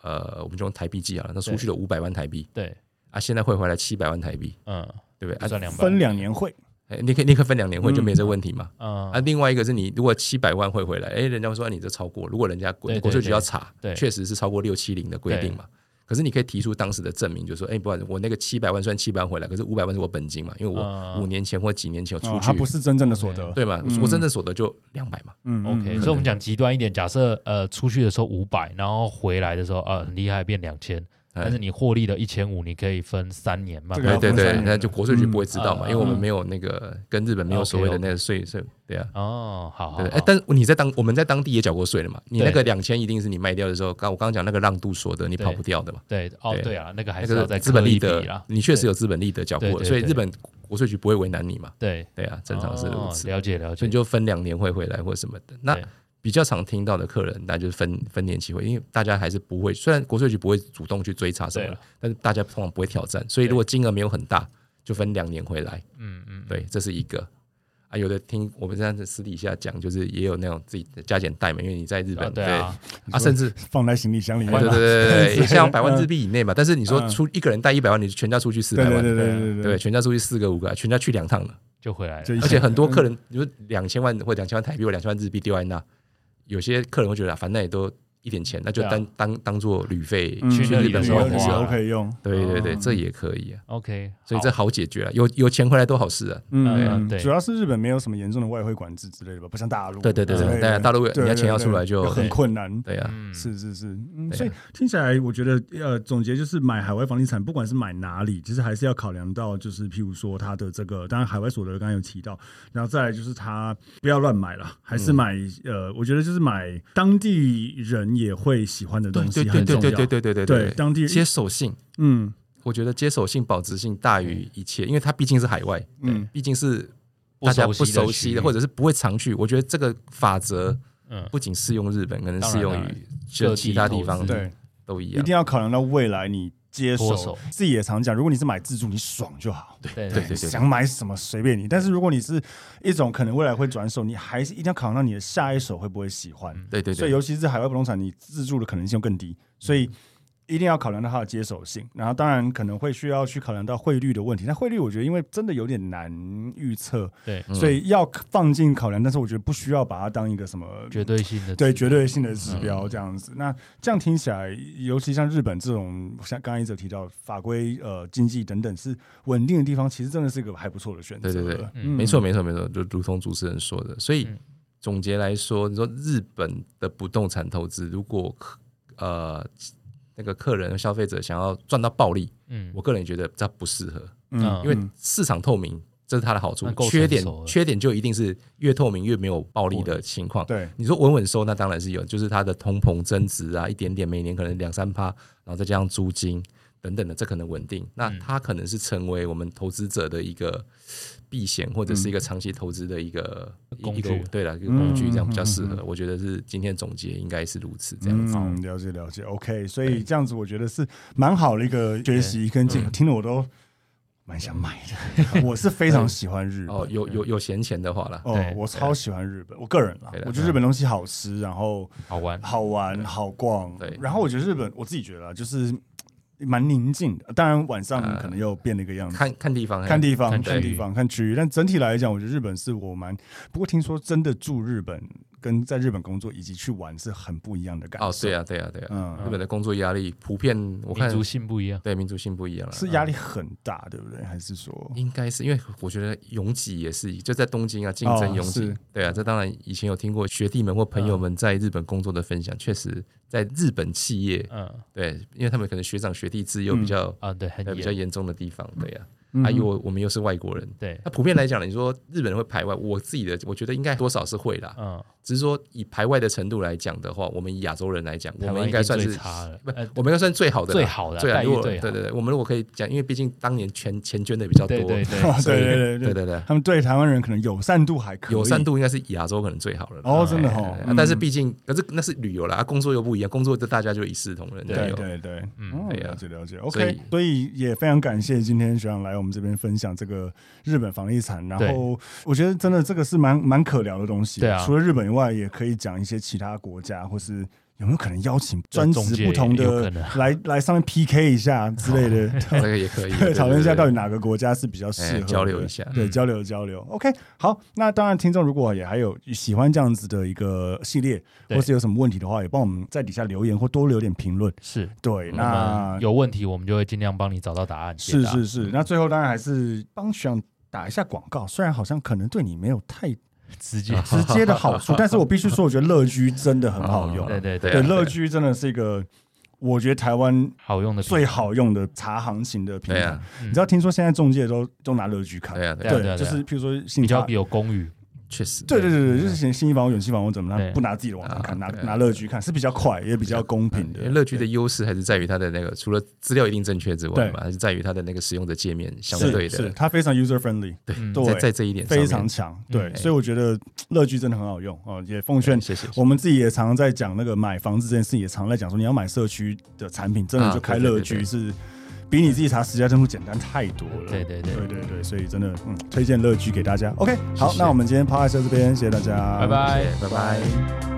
Speaker 2: 呃，我们就用台币计好了，那出去了五百万台币
Speaker 3: 对，
Speaker 2: 啊，现在汇回来七百万台币，
Speaker 3: 嗯，
Speaker 2: 对不对？
Speaker 3: 就
Speaker 2: 啊
Speaker 3: 算，两百，
Speaker 4: 分两年会，
Speaker 2: 哎你可以你可以分两年汇，
Speaker 4: 嗯
Speaker 2: 就没这问题嘛。啊，
Speaker 3: 嗯，
Speaker 2: 另外一个是你如果七百万汇回来，哎，人家会说啊你这超过，如果人家国
Speaker 3: 对对
Speaker 2: 国税局
Speaker 3: 对
Speaker 2: 要查，
Speaker 3: 对
Speaker 2: 确实是超过六七零的规定嘛。可是你可以提出当时的证明，就说，哎，不，我那个七百万虽然七百万回来，可是五百万是我本金嘛，因为我
Speaker 3: 嗯
Speaker 2: 五年前或几年前我出
Speaker 4: 哦
Speaker 2: 去，
Speaker 4: 它不是真正的所得，
Speaker 2: 对嘛，我真正所得就两百嘛。
Speaker 4: 嗯
Speaker 3: OK，
Speaker 4: 嗯
Speaker 3: 所以我们讲极端一点，假设呃出去的时候五百，然后回来的时候呃很厉害变两千，
Speaker 2: 哎
Speaker 3: 但是你获利的一千五，你可以分三年慢
Speaker 4: 这个
Speaker 3: 慢
Speaker 4: 要
Speaker 2: 对对
Speaker 4: 分三
Speaker 2: 对，
Speaker 4: 年
Speaker 2: 那
Speaker 4: 的
Speaker 2: 就国税局不会知道嘛，
Speaker 3: 嗯
Speaker 2: 因为我们没有那个跟日本没有所谓的那个税税，对啊。
Speaker 3: 哦，好好，
Speaker 2: 对，
Speaker 3: 好
Speaker 2: 哎，但我你在当我们在当地也缴过税了嘛？你那
Speaker 3: 对
Speaker 2: 个两千一定是你卖掉的时候，刚我刚刚讲那个让渡所得，你
Speaker 3: 对
Speaker 2: 跑不掉的嘛。
Speaker 3: 对哦
Speaker 2: 对
Speaker 3: 对啊，那个还
Speaker 2: 那
Speaker 3: 是要
Speaker 2: 个
Speaker 3: 再
Speaker 2: 资本利
Speaker 3: 刻一笔
Speaker 2: 得
Speaker 3: 啦，，
Speaker 2: 你确实有资本利得缴
Speaker 3: 对
Speaker 2: 过，
Speaker 3: 对
Speaker 2: 所以
Speaker 3: 对
Speaker 2: 日本国税局不会为难你嘛。
Speaker 3: 对，
Speaker 2: 对啊，正常是如
Speaker 3: 哦
Speaker 2: 此，
Speaker 3: 了解了
Speaker 2: 所以
Speaker 3: 解
Speaker 2: 你，就分两年会回来或什么的。那
Speaker 3: 对
Speaker 2: 比较常听到的客人，那就是分分年期会，因为大家还是不会，虽然国税局不会主动去追查什么
Speaker 3: 对啊
Speaker 2: 的
Speaker 3: 了，
Speaker 2: 但是大家通常不会挑战，所以如果金额没有很大，就分两年回来。
Speaker 3: 嗯嗯，
Speaker 2: 对，这是一个。啊，有的听我们这样子私底下讲，就是也有那种自己的加减代嘛，因为你在
Speaker 3: 对
Speaker 2: 日
Speaker 3: 啊
Speaker 2: 本，
Speaker 3: 对啊，
Speaker 2: 啊，甚至
Speaker 4: 放在行李箱里面啊
Speaker 2: 对对
Speaker 4: 吧。
Speaker 2: 对对对，像百万日
Speaker 4: 币，
Speaker 2: 币以内嘛。但是你说
Speaker 4: 嗯
Speaker 2: 出一个人带一百万，你全家出去四
Speaker 4: 对
Speaker 2: 百
Speaker 4: 对
Speaker 2: 万，
Speaker 4: 对对
Speaker 3: 对
Speaker 4: 对
Speaker 2: 对，全家出去四个五个，全家去两趟了。
Speaker 3: 就回来了
Speaker 4: 就。一
Speaker 2: 而且很多
Speaker 4: 嗯
Speaker 2: 客人，比如两千万或两千万台币或两千万日币丢在那，有些客人会觉得，啊反正也都一点钱，那就
Speaker 3: 对啊
Speaker 2: 当当当做旅费
Speaker 4: 嗯
Speaker 2: 去
Speaker 3: 去那
Speaker 2: 日
Speaker 3: 里
Speaker 2: 本
Speaker 3: 的时候
Speaker 2: 时候
Speaker 4: 旅游旅
Speaker 3: 花
Speaker 4: 游
Speaker 2: 花。
Speaker 4: 可以用，
Speaker 2: 对对对，
Speaker 4: 嗯
Speaker 2: 这也可以啊，
Speaker 3: OK，
Speaker 2: 所以这好解决啊，有有钱回来都好事啊。
Speaker 3: 对
Speaker 4: 嗯，
Speaker 3: 啊
Speaker 4: 嗯
Speaker 3: 对
Speaker 4: 主要是日本没有什么严重的外汇管制之类的吧，不像大陆之
Speaker 2: 对
Speaker 4: 类的。
Speaker 2: 对对对
Speaker 4: 对
Speaker 2: 对大陆你要钱要出来就
Speaker 4: 很困难。
Speaker 2: 对
Speaker 3: 好
Speaker 2: 啊，
Speaker 3: 嗯，
Speaker 4: 是是是，嗯，
Speaker 2: 对啊
Speaker 4: 所以听起来我觉得，呃，总结就是买海外房地产，不管是买哪里，其实还是要考量到，就是譬如说它的这个，当然海外所得刚刚有提到，然后再来就是它不要乱买了，还是买、
Speaker 2: 嗯
Speaker 4: 呃，我觉得就是买当地人也会喜欢的
Speaker 2: 对
Speaker 4: 东
Speaker 2: 对
Speaker 4: 西
Speaker 2: 对
Speaker 4: 很重
Speaker 2: 对
Speaker 4: 要。
Speaker 2: 对对对对对
Speaker 4: 对当地
Speaker 2: 接手性，
Speaker 4: 嗯
Speaker 2: 我觉得接手性、保值性大于一切，因为它毕竟是海外，
Speaker 4: 嗯
Speaker 2: 毕竟是
Speaker 3: 不
Speaker 2: 大家不
Speaker 3: 熟悉的
Speaker 2: 熟
Speaker 3: 区
Speaker 2: 悉
Speaker 3: 域
Speaker 2: 的，或者是不会常去。我觉得这个法则
Speaker 3: 嗯，
Speaker 2: 不仅适用日本，可能
Speaker 3: 当然
Speaker 2: 适用
Speaker 3: 当然
Speaker 2: 于就其他地方
Speaker 3: 各地投资
Speaker 4: 对，
Speaker 2: 都一
Speaker 4: 一
Speaker 2: 样
Speaker 4: 定。要考量到未来你接手，
Speaker 3: 脱手
Speaker 4: 自己也常讲，如果你是买自住，你爽就好。
Speaker 3: 对
Speaker 2: 对对
Speaker 4: 想买什么随便你，但是如果你是一种可能未来会转手，你还是一定要考量到你的下一手会不会喜欢。
Speaker 2: 对对嗯
Speaker 4: 所以
Speaker 2: 对，
Speaker 4: 尤其是海外不动产，你自住的可能性又更低，所以一定要考量到它的接手性。然后当然可能会需要去考量到汇率的问题，但汇率我觉得因为真的有点难预测，
Speaker 3: 对，
Speaker 2: 嗯
Speaker 4: 所以要放进考量，但是我觉得不需要把它当一个什么
Speaker 3: 绝对性的
Speaker 4: 对绝对性的指
Speaker 2: 嗯
Speaker 4: 标这样子。那这样听起来，尤其像日本这种，像刚刚一直有提到法规、呃经济等等是稳定的地方，其实真的是一个还不错的选择。
Speaker 2: 对对对
Speaker 3: 嗯
Speaker 2: 没错没错没错，就如同主持人说的。所以
Speaker 3: 嗯
Speaker 2: 总结来说，你说日本的不动产投资，如果客呃那个客人消费者想要赚到暴利，
Speaker 3: 嗯
Speaker 2: 我个人觉得这不适合。
Speaker 4: 嗯，
Speaker 3: 嗯
Speaker 2: 因为市场透明，这是它的好处
Speaker 3: 那。够
Speaker 2: 缺点
Speaker 3: 成熟了
Speaker 2: 缺点就一定是越透明越没有暴利的情况。
Speaker 4: 对，
Speaker 2: 你说稳稳收，那当然是有，就是它的通膨增值啊，一点点，每年可能两三趴，然后再加上租金等等的，这可能稳定。
Speaker 4: 嗯
Speaker 2: 那它可能是成为我们投资者的一个避险，或者是一个长期投资的一个
Speaker 3: 工
Speaker 2: 一个
Speaker 3: 具
Speaker 2: 对了，一个工具，
Speaker 4: 嗯
Speaker 2: 这样比较适
Speaker 4: 嗯嗯
Speaker 2: 合。我觉得是今天总结应该是如此，这样子。
Speaker 4: 嗯，了解了解，OK，所以这样子我觉得是蛮好的一个学习跟进，听得我都蛮想买的。 我是非常喜欢日本，
Speaker 2: 哦，有有有闲钱的话啦，
Speaker 4: 哦
Speaker 3: 对，
Speaker 4: 我超喜欢日本，我个人啦
Speaker 2: 对，的
Speaker 4: 我觉得日本东西好吃，然后
Speaker 3: 好玩，
Speaker 4: 好玩、好逛，
Speaker 2: 对
Speaker 4: 然后我觉得日本我自己觉得啊就是蛮宁静的，当然晚上
Speaker 2: 呃
Speaker 4: 可能又变了一个样子。
Speaker 2: 看看地方，
Speaker 4: 哦看地方，
Speaker 3: 看
Speaker 4: 看
Speaker 3: 区域
Speaker 4: 地方，看区域。但整体来讲，我觉得日本是我蛮……不过听说真的住日本跟在日本工作以及去玩是很不一样的感受。
Speaker 2: 哦，对啊，对啊，对啊，
Speaker 4: 嗯，
Speaker 2: 日本的工作压力普遍，我
Speaker 3: 民
Speaker 2: 看
Speaker 3: 族性不一样，
Speaker 2: 对民族性不一样了，
Speaker 4: 是压力很大，对不对？还是说
Speaker 2: 嗯，应该是因为我觉得拥挤也是就在东京啊，竞
Speaker 3: 哦
Speaker 2: 争拥挤，
Speaker 4: 是
Speaker 2: 对啊，这当然以前有听过学弟们或朋友们在日本工作的分享，确实在日本企业，
Speaker 3: 嗯
Speaker 2: 对，因为他们可能学长学弟制又比较、
Speaker 3: 啊，对，很
Speaker 2: 呃比较
Speaker 3: 严，
Speaker 2: 严重的地方，对啊，
Speaker 4: 嗯
Speaker 2: 啊，因为我我们又是外国人。
Speaker 3: 对，
Speaker 2: 那普遍来讲，你说日本人会排外，我自己的我觉得应该多少是会啦。
Speaker 3: 嗯，
Speaker 2: 只是说以排外的程度来讲的话，我们以亚洲人来讲，我
Speaker 3: 台湾
Speaker 2: 们
Speaker 3: 已
Speaker 2: 应该
Speaker 3: 经
Speaker 2: 算
Speaker 3: 最
Speaker 2: 是
Speaker 3: 差了
Speaker 2: 不，
Speaker 3: 呃，
Speaker 2: 我们要算最好的啦，
Speaker 3: 最好的啊
Speaker 2: 最好
Speaker 3: 待遇
Speaker 2: 如果
Speaker 3: 最
Speaker 2: 对
Speaker 3: 好
Speaker 2: 对对，我们如果可以讲，因为毕竟当年钱钱捐的比较多，
Speaker 3: 对对对，
Speaker 4: 啊 对对对
Speaker 2: 对
Speaker 4: 对
Speaker 2: 对对，
Speaker 4: 他们对台湾人可能友善度还可以，
Speaker 2: 友善度应该是亚洲可能最好了啦。
Speaker 4: 哦，真的
Speaker 2: 对
Speaker 4: 哦
Speaker 2: 对对。啊但是毕竟，可是那是旅游啦，啊工作又不一样，工作就大家就一视同仁，
Speaker 4: 对
Speaker 2: 有
Speaker 4: 对对，嗯，
Speaker 3: 嗯
Speaker 2: 对啊
Speaker 4: 了解了解
Speaker 2: 所
Speaker 4: ，OK，
Speaker 2: 以
Speaker 4: 所以也非常感谢今天学长来我们这边分享这个日本房地产，然后我觉得真的这个是蛮蛮可聊的东西，
Speaker 3: 对啊
Speaker 4: 除了日本以外，也可以讲一些其他国家或是。有没有可能邀请专
Speaker 3: 中
Speaker 4: 职
Speaker 3: 介
Speaker 4: 不同
Speaker 3: 也有可
Speaker 4: 的
Speaker 3: 能
Speaker 4: 来来上面 PK 一下之类的？
Speaker 2: 这个也可以
Speaker 4: 对，讨论一下到底
Speaker 2: 底
Speaker 4: 哪个国家是比较适合
Speaker 2: 哎
Speaker 4: 的
Speaker 2: 交流一下
Speaker 4: 对，
Speaker 3: 嗯
Speaker 4: 交流交流。OK，好，那当然，听众如果也还有喜欢这样子的一个系列，
Speaker 3: 对
Speaker 4: 或是有什么问题的话，也帮我们在底下留言或多留点评论。
Speaker 3: 是。
Speaker 4: 对，
Speaker 2: 嗯
Speaker 4: 那
Speaker 3: 有问题，我们就会尽量帮你找到答案。解
Speaker 4: 是
Speaker 3: 答
Speaker 4: 是
Speaker 2: 嗯
Speaker 4: 是，那最后当然还是帮学长打一下广告，虽然好像可能对你没有 太
Speaker 3: 直接，
Speaker 4: 直接的好处，但是我必须说，我觉得乐居真的很好用。
Speaker 3: 对对
Speaker 2: 对
Speaker 4: 对，
Speaker 2: 啊
Speaker 4: 乐居真的是一个我觉得台湾
Speaker 3: 好用的嗯品
Speaker 4: 最好用的查行情的平
Speaker 2: 对
Speaker 4: 台
Speaker 2: 啊。，
Speaker 4: 你知道，听说现在中介都都拿乐居看
Speaker 2: 对，啊，对啊
Speaker 3: 对啊
Speaker 4: 就是譬如说
Speaker 3: 比
Speaker 4: 信
Speaker 3: 较
Speaker 4: 差，
Speaker 3: 有公允，
Speaker 2: 确实，
Speaker 4: 对对对对，就是信信义房屋、远期房屋怎么
Speaker 3: 对
Speaker 4: 他不拿自己的网站看，
Speaker 2: 啊
Speaker 4: 拿
Speaker 2: 对
Speaker 4: 拿乐居看是比较快也比较公平
Speaker 2: 因为
Speaker 4: 的。
Speaker 2: 乐居的优势还是在于它的那个，除了资料一定正确之外
Speaker 4: 对
Speaker 2: 嘛，还是在于它的那个使用者界面相
Speaker 4: 是
Speaker 2: 对
Speaker 4: 是，
Speaker 2: 的，
Speaker 4: 它非常 user friendly，
Speaker 2: 对
Speaker 3: 嗯，
Speaker 2: 在
Speaker 4: 对
Speaker 2: 在这一点上
Speaker 4: 非
Speaker 2: 面
Speaker 4: 常强。对，
Speaker 3: 嗯
Speaker 4: 所以我觉得乐居真的很好用哦，也奉劝
Speaker 2: 对哎谢谢。
Speaker 4: 我们自己也常在讲那个买房子这件事，也常在讲说你要买社区的产品，真的
Speaker 2: 啊
Speaker 4: 就开
Speaker 2: 对对对
Speaker 4: 乐
Speaker 2: 对
Speaker 4: 居是比你自己查实价登录简单太多了。
Speaker 3: 对对对
Speaker 4: 对对对，所以真的嗯，推荐乐居给大家。OK，好，
Speaker 2: 谢谢
Speaker 4: 那我们今天 p o d 到这边，谢谢大家，
Speaker 3: 拜拜
Speaker 2: 谢谢拜拜。
Speaker 4: 拜